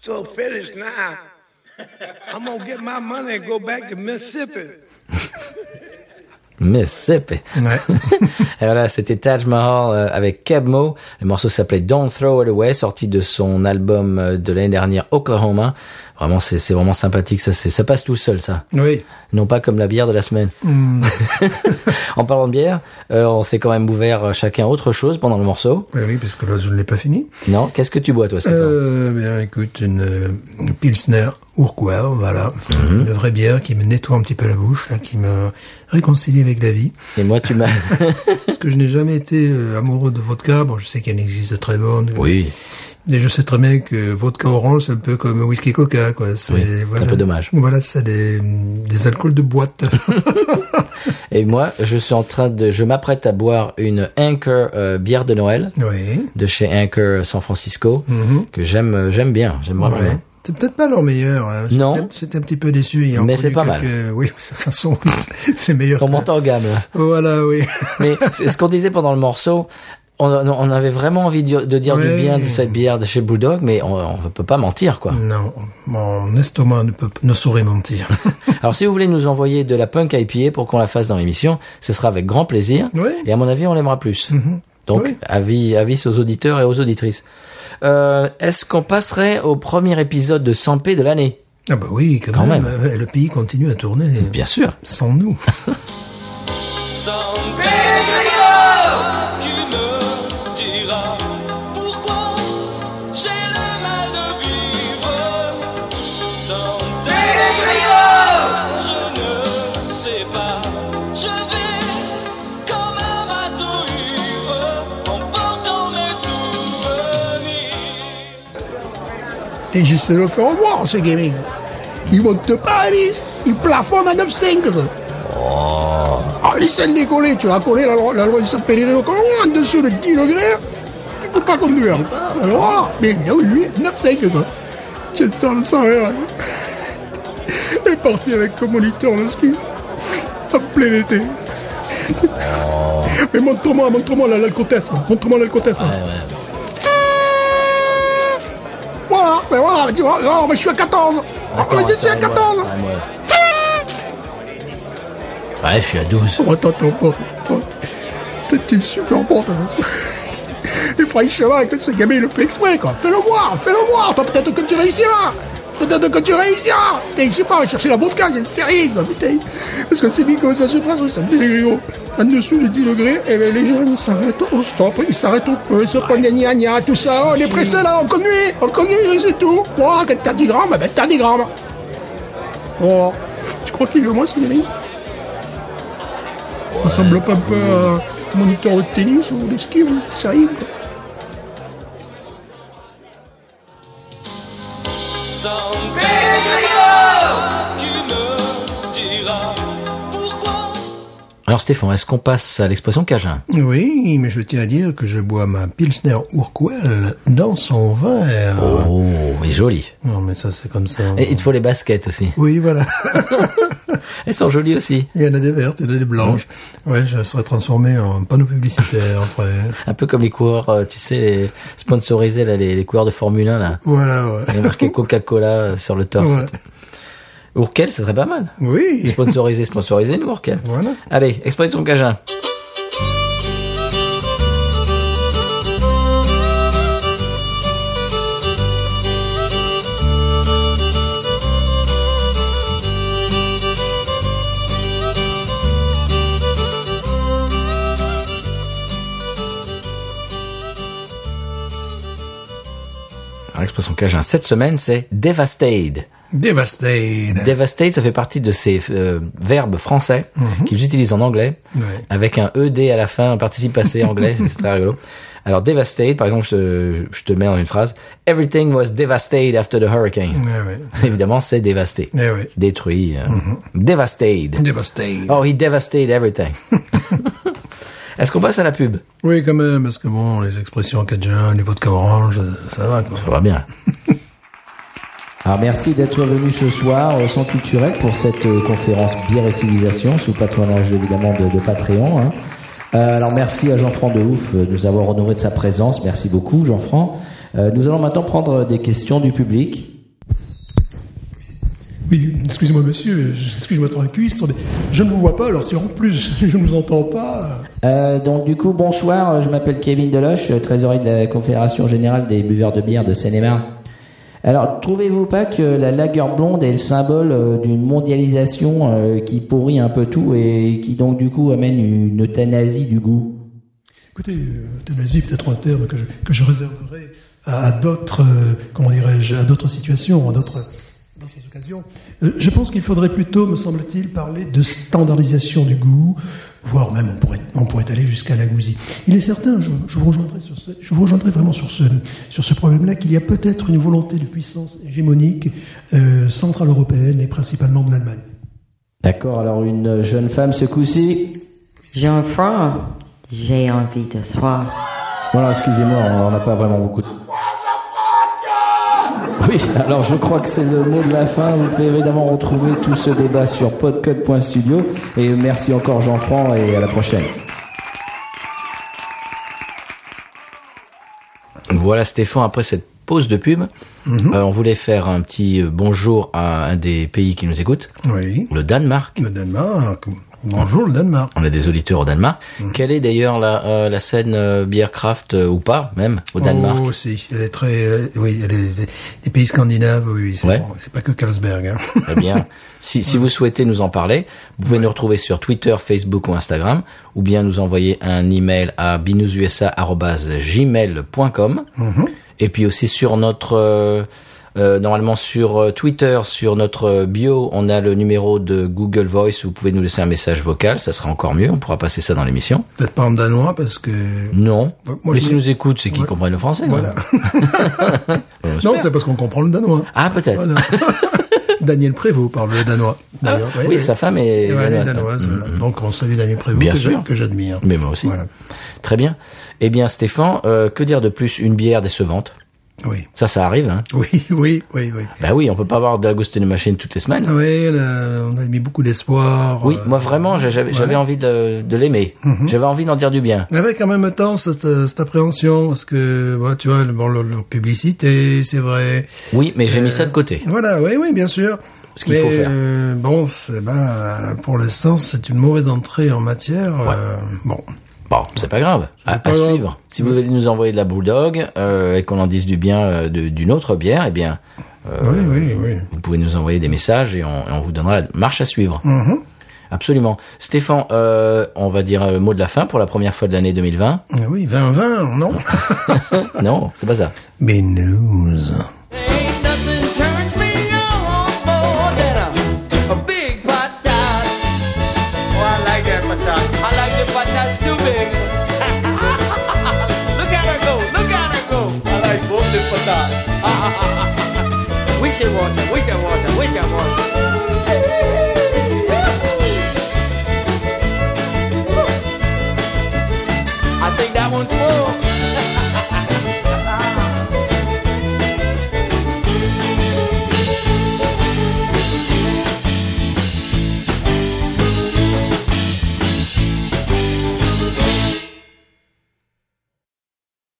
so finished now. I'm gonna get my money and go back to Mississippi.
Mississippi.
Ouais.
Et voilà, c'était Taj Mahal euh, avec Keb Mo. Le morceau s'appelait Don't Throw It Away, sorti de son album euh, de l'année dernière Oklahoma. Vraiment, c'est c'est vraiment sympathique. Ça, c'est- ça passe tout seul, ça.
Oui.
Non pas comme la bière de la semaine.
Hmm.
en parlant de bière, euh, on s'est quand même ouvert euh, chacun autre chose pendant le morceau.
Oui, oui, parce que là, je ne l'ai pas fini.
Non, qu'est-ce que tu bois toi, Stéphane
Euh, bien, écoute, une, euh, une Pilsner Urquell, voilà. C'est
Mhm.
Une vraie bière qui me nettoie un petit peu la bouche, là, qui me réconcilie avec la vie.
Et moi, tu m'as.
Parce que je n'ai jamais été euh, amoureux de vodka. Bon, je sais qu'elle existe de très bonne.
oui.
Et je sais très bien que vodka orange, c'est un peu comme whisky coca, quoi. C'est voilà.
peu dommage.
Voilà, c'est des, des alcools de boîte.
Et moi, je suis en train de, je m'apprête à boire une Anchor euh, bière de Noël
oui.
de chez Anchor San Francisco que j'aime, euh, j'aime bien, j'aime vraiment.
Mhm. Ouais. C'est peut-être pas leur meilleur. hein.
Non.
J'étais- J'étais un petit peu déçu. ayant
Mais c'est
connu
pas mal.
quelques- Oui, de toute façon, c'est meilleur.
On
que-
monte en gamme. là.
Voilà, oui.
Mais c'est ce qu'on disait pendant le morceau. On, on avait vraiment envie de, de dire
Ouais.
du bien de cette bière de chez Bulldog, mais on ne peut pas mentir, quoi.
Non, mon estomac ne, peut, ne saurait mentir.
Alors, si vous voulez nous envoyer de la punk IPA pour qu'on la fasse dans l'émission, ce sera avec grand plaisir.
Oui. Mhm.
Et à mon avis, on l'aimera plus. Donc,
Oui.
avis, avis aux auditeurs et aux auditrices. Euh, Est-ce qu'on passerait au premier épisode de 100p de l'année
Ah bah oui, quand,
Quand
même.
même.
euh, Le pays continue à tourner
Bien sûr.
sans nous.
Sans bénévole qui me dira pourquoi j'ai le mal de vivre. Sans bénévole, je ne sais pas. Je vais comme un bateau ivre en portant mes souvenirs.
Et je sais le faire voir, ce gaming. Ils montent de Paris, ils plafonnent à 9,5. Oh, laisse-le décoller, tu as collé la, loi- la loi du saint en dessous de 10 degrés, tu peux pas conduire. Alors voilà, mais non, lui, 9,5 quoi. Je sens le sang rire. Il est parti avec comme moniteur le ski, en plein été. Mais montre-moi, montre-moi la- l'alcotesse. Montre-moi l'alcotesse. Voilà, mais voilà, mais tu vois, non, mais je suis à 14. Ah, mais je suis à 14.
Ouais, moi. Ouais, je suis à 12.
Oh, attends, attends, attends, attends. T'es- T'es super bon, t'as raison. hein, Il prend le chemin avec ce gamin, il le fait exprès, quoi. Fais-le voir, fais-le voir. Attends, peut-être que tu réussiras. Peut-être que tu réussiras. Putain, je sais pas, chercher la vodka, j'ai une série, quoi, putain. Parce que c'est bien comme ça se passe, ça me fait rire. En dessous de 10 degrés, et ben, les gens ils s'arrêtent au stop, ils s'arrêtent au feu, ils se prennent gna gna gna, tout ça. On est pressé là, on conduit, on conduit, c'est tout. Bon, quand t'as 10 grammes, ben t'as 10 grammes. Voilà. Tu crois qu'il est moins, ce gamin il ressemble pas un peu à un moniteur de tennis ou de ski ou ça y est, quoi.
Sans Grégoire qui me dira pourquoi
Alors Stéphane, est-ce qu'on passe à l'expression Cajun
Oui, mais je tiens à dire que je bois ma Pilsner Urquell dans son verre.
Oh, mais joli.
Non, mais ça, c'est comme ça.
Et il te faut les baskets aussi.
Oui, voilà.
Elles sont jolies aussi.
il y en a des vertes, il y en a des blanches. Ouais, je serais transformé en panneau publicitaire, frère.
Un peu comme les coureurs, euh, tu sais, les sponsorisés, là, les, les coureurs de Formule 1, là.
Voilà, ouais.
Il y a marqué Coca-Cola sur le torse.
Ouais.
Urkel, ça serait pas mal.
Oui.
Sponsorisé, sponsorisé, nous, Urkel.
Voilà.
Allez, expression Cajun. Alors, L'expression Cajun cette semaine, c'est Devastate.
Dévasté.
Devastate, ça fait partie de ces euh, verbes français qu'ils utilisent en anglais,
Mhm. Ouais.
avec un ED à la fin, un participe passé anglais, c'est c'est très rigolo. Alors, devastate, par exemple, je, te- je te mets dans une phrase, Everything was devastated after the hurricane.
Ouais, Eh ouais.
Évidemment, c'est dévasté.
Eh ouais. Mhm.
Détruit. euh, Devastated.
Dévasté.
Oh, he devastated everything. Est-ce qu'on passe à la pub
Oui, quand même, parce que bon, les expressions cajun, les vodka orange, ça va, quoi.
Ça va bien. Alors merci d'être venu ce soir au Centre culturel pour cette euh, conférence Bière et civilisation sous patronage évidemment de, de Patreon. hein. Euh, alors merci à Jean-Franc de Ouf euh, de nous avoir honoré de sa présence. Merci beaucoup Jean-Franc. Euh, nous allons maintenant prendre des questions du public.
Oui, excusez-moi monsieur, je- excusez-moi de la cuistre, mais je ne vous vois pas, alors si en plus je ne vous entends pas...
Euh, donc du coup, bonsoir, euh, je m'appelle Kevin Deloche, euh, trésorier de la Confédération Générale des Buveurs de Bière de Seine-et-Marne. Alors, trouvez-vous pas que la lagueur blonde est le symbole euh, d'une mondialisation euh, qui pourrit un peu tout et qui donc du coup amène une euthanasie du goût
Écoutez, euh, euthanasie peut-être un terme que je, que je réserverai à, à d'autres, euh, comment dirais-je, à d'autres situations, à d'autres à d'autres occasions. Euh, Je pense qu'il faudrait plutôt, me semble-t-il, parler de standardisation du goût, voire même on pourrait, on pourrait aller jusqu'à la gousie. Il est certain, je, je vous rejoindrai sur ce- je vous rejoindrai vraiment sur ce, sur ce problème-là, qu'il y a peut-être une volonté de puissance hégémonique euh, centrale européenne et principalement de l'Allemagne.
D'accord, alors une jeune femme ce coup-ci.
J'ai un froid. J'ai envie de soir.
Voilà, excusez-moi, on n'a pas vraiment beaucoup de... Oui, alors je crois que c'est le mot de la fin. Vous pouvez évidemment retrouver tout ce débat sur podcut.studio. Et merci encore Jean-Franc et à la prochaine.
Voilà Stéphane, après cette pause de pub, euh, on voulait faire un petit euh, bonjour à un des pays qui nous écoute,
Oui.
le Danemark.
Le Danemark. Bonjour, le Danemark.
On a des auditeurs au Danemark.
Mm.
Quelle est d'ailleurs la, euh, la scène euh, bière craft euh, ou pas même au Danemark
Oh, si. Elle est très, euh, oui, elle est des, des pays scandinaves, oui, c'est
Ouais.
bon. C'est pas que Carlsberg, hein.
Eh bien, si, si vous souhaitez nous en parler, vous pouvez nous retrouver sur Twitter, Facebook ou Instagram, ou bien nous envoyer un email à binoususa@gmail.com.
Mhm.
Et puis aussi sur notre, euh, euh, normalement sur euh, Twitter, sur notre euh, bio, on a le numéro de Google Voice. Vous pouvez nous laisser un message vocal, ça sera encore mieux. On pourra passer ça dans l'émission.
Peut-être pas en danois parce que.
Non,
Bah, moi,
mais
je
si
l'ai-
nous écoutent, c'est qu'ils
Ouais.
comprennent le français. hein. non
Voilà.
On espère.
non, c'est parce qu'on comprend le danois.
Ah peut-être.
Voilà. Daniel Prévost parle le danois. d'ailleurs.
Ah, oui, sa femme est
Et ouais, elle est
danoise.
danoise. voilà. Donc on salue Daniel Prévost
Mm-hmm. Bien
que je-
sûr.
que j'admire.
Mais moi aussi.
Voilà.
Très bien. Eh bien, Stéphane, euh, que dire de plus Une bière décevante
Oui.
Ça, ça arrive. Hein.
Oui, oui, oui, oui.
Bah oui, on peut pas avoir de la Ghost in the Machine toutes les semaines.
Ah ouais, là, on a mis beaucoup d'espoir.
Oui,
euh, Mhm.
moi vraiment, j'a- j'avais j'avais envie de, de l'aimer. J'avais envie d'en dire du bien.
Avec en même temps cette, euh, cette appréhension, parce que voilà, tu vois, le, bon, le- leur publicité, c'est vrai.
Oui, mais j'ai mis ça de côté.
Voilà, oui, oui, bien sûr.
Ce qu'il
Mais,
faut faire.
euh, bon, c'est ben, pour l'instant, c'est une mauvaise entrée en matière. euh, bon,
Bon, c'est pas grave. À,
pas
à
grave.
suivre. Si vous voulez nous envoyer de la Bulldog euh, et qu'on en dise du bien euh, de- d'une autre bière, eh bien, euh,
oui, oui, oui.
vous pouvez nous envoyer des messages et on, et on vous donnera la marche à suivre.
Mhm.
Absolument. Stéphane, euh, on va dire le mot de la fin pour la première fois de l'année 2020.
Ah Oui, 20-20, non
non, c'est pas ça.
Mais news.
Ain't nothing turns me on more than a, a big patat. Oh, I like that patat. I like the patats too big. look at her go, look at her go. I like both the patats. we should watch her, we should watch her, we should watch her. I think that one's full.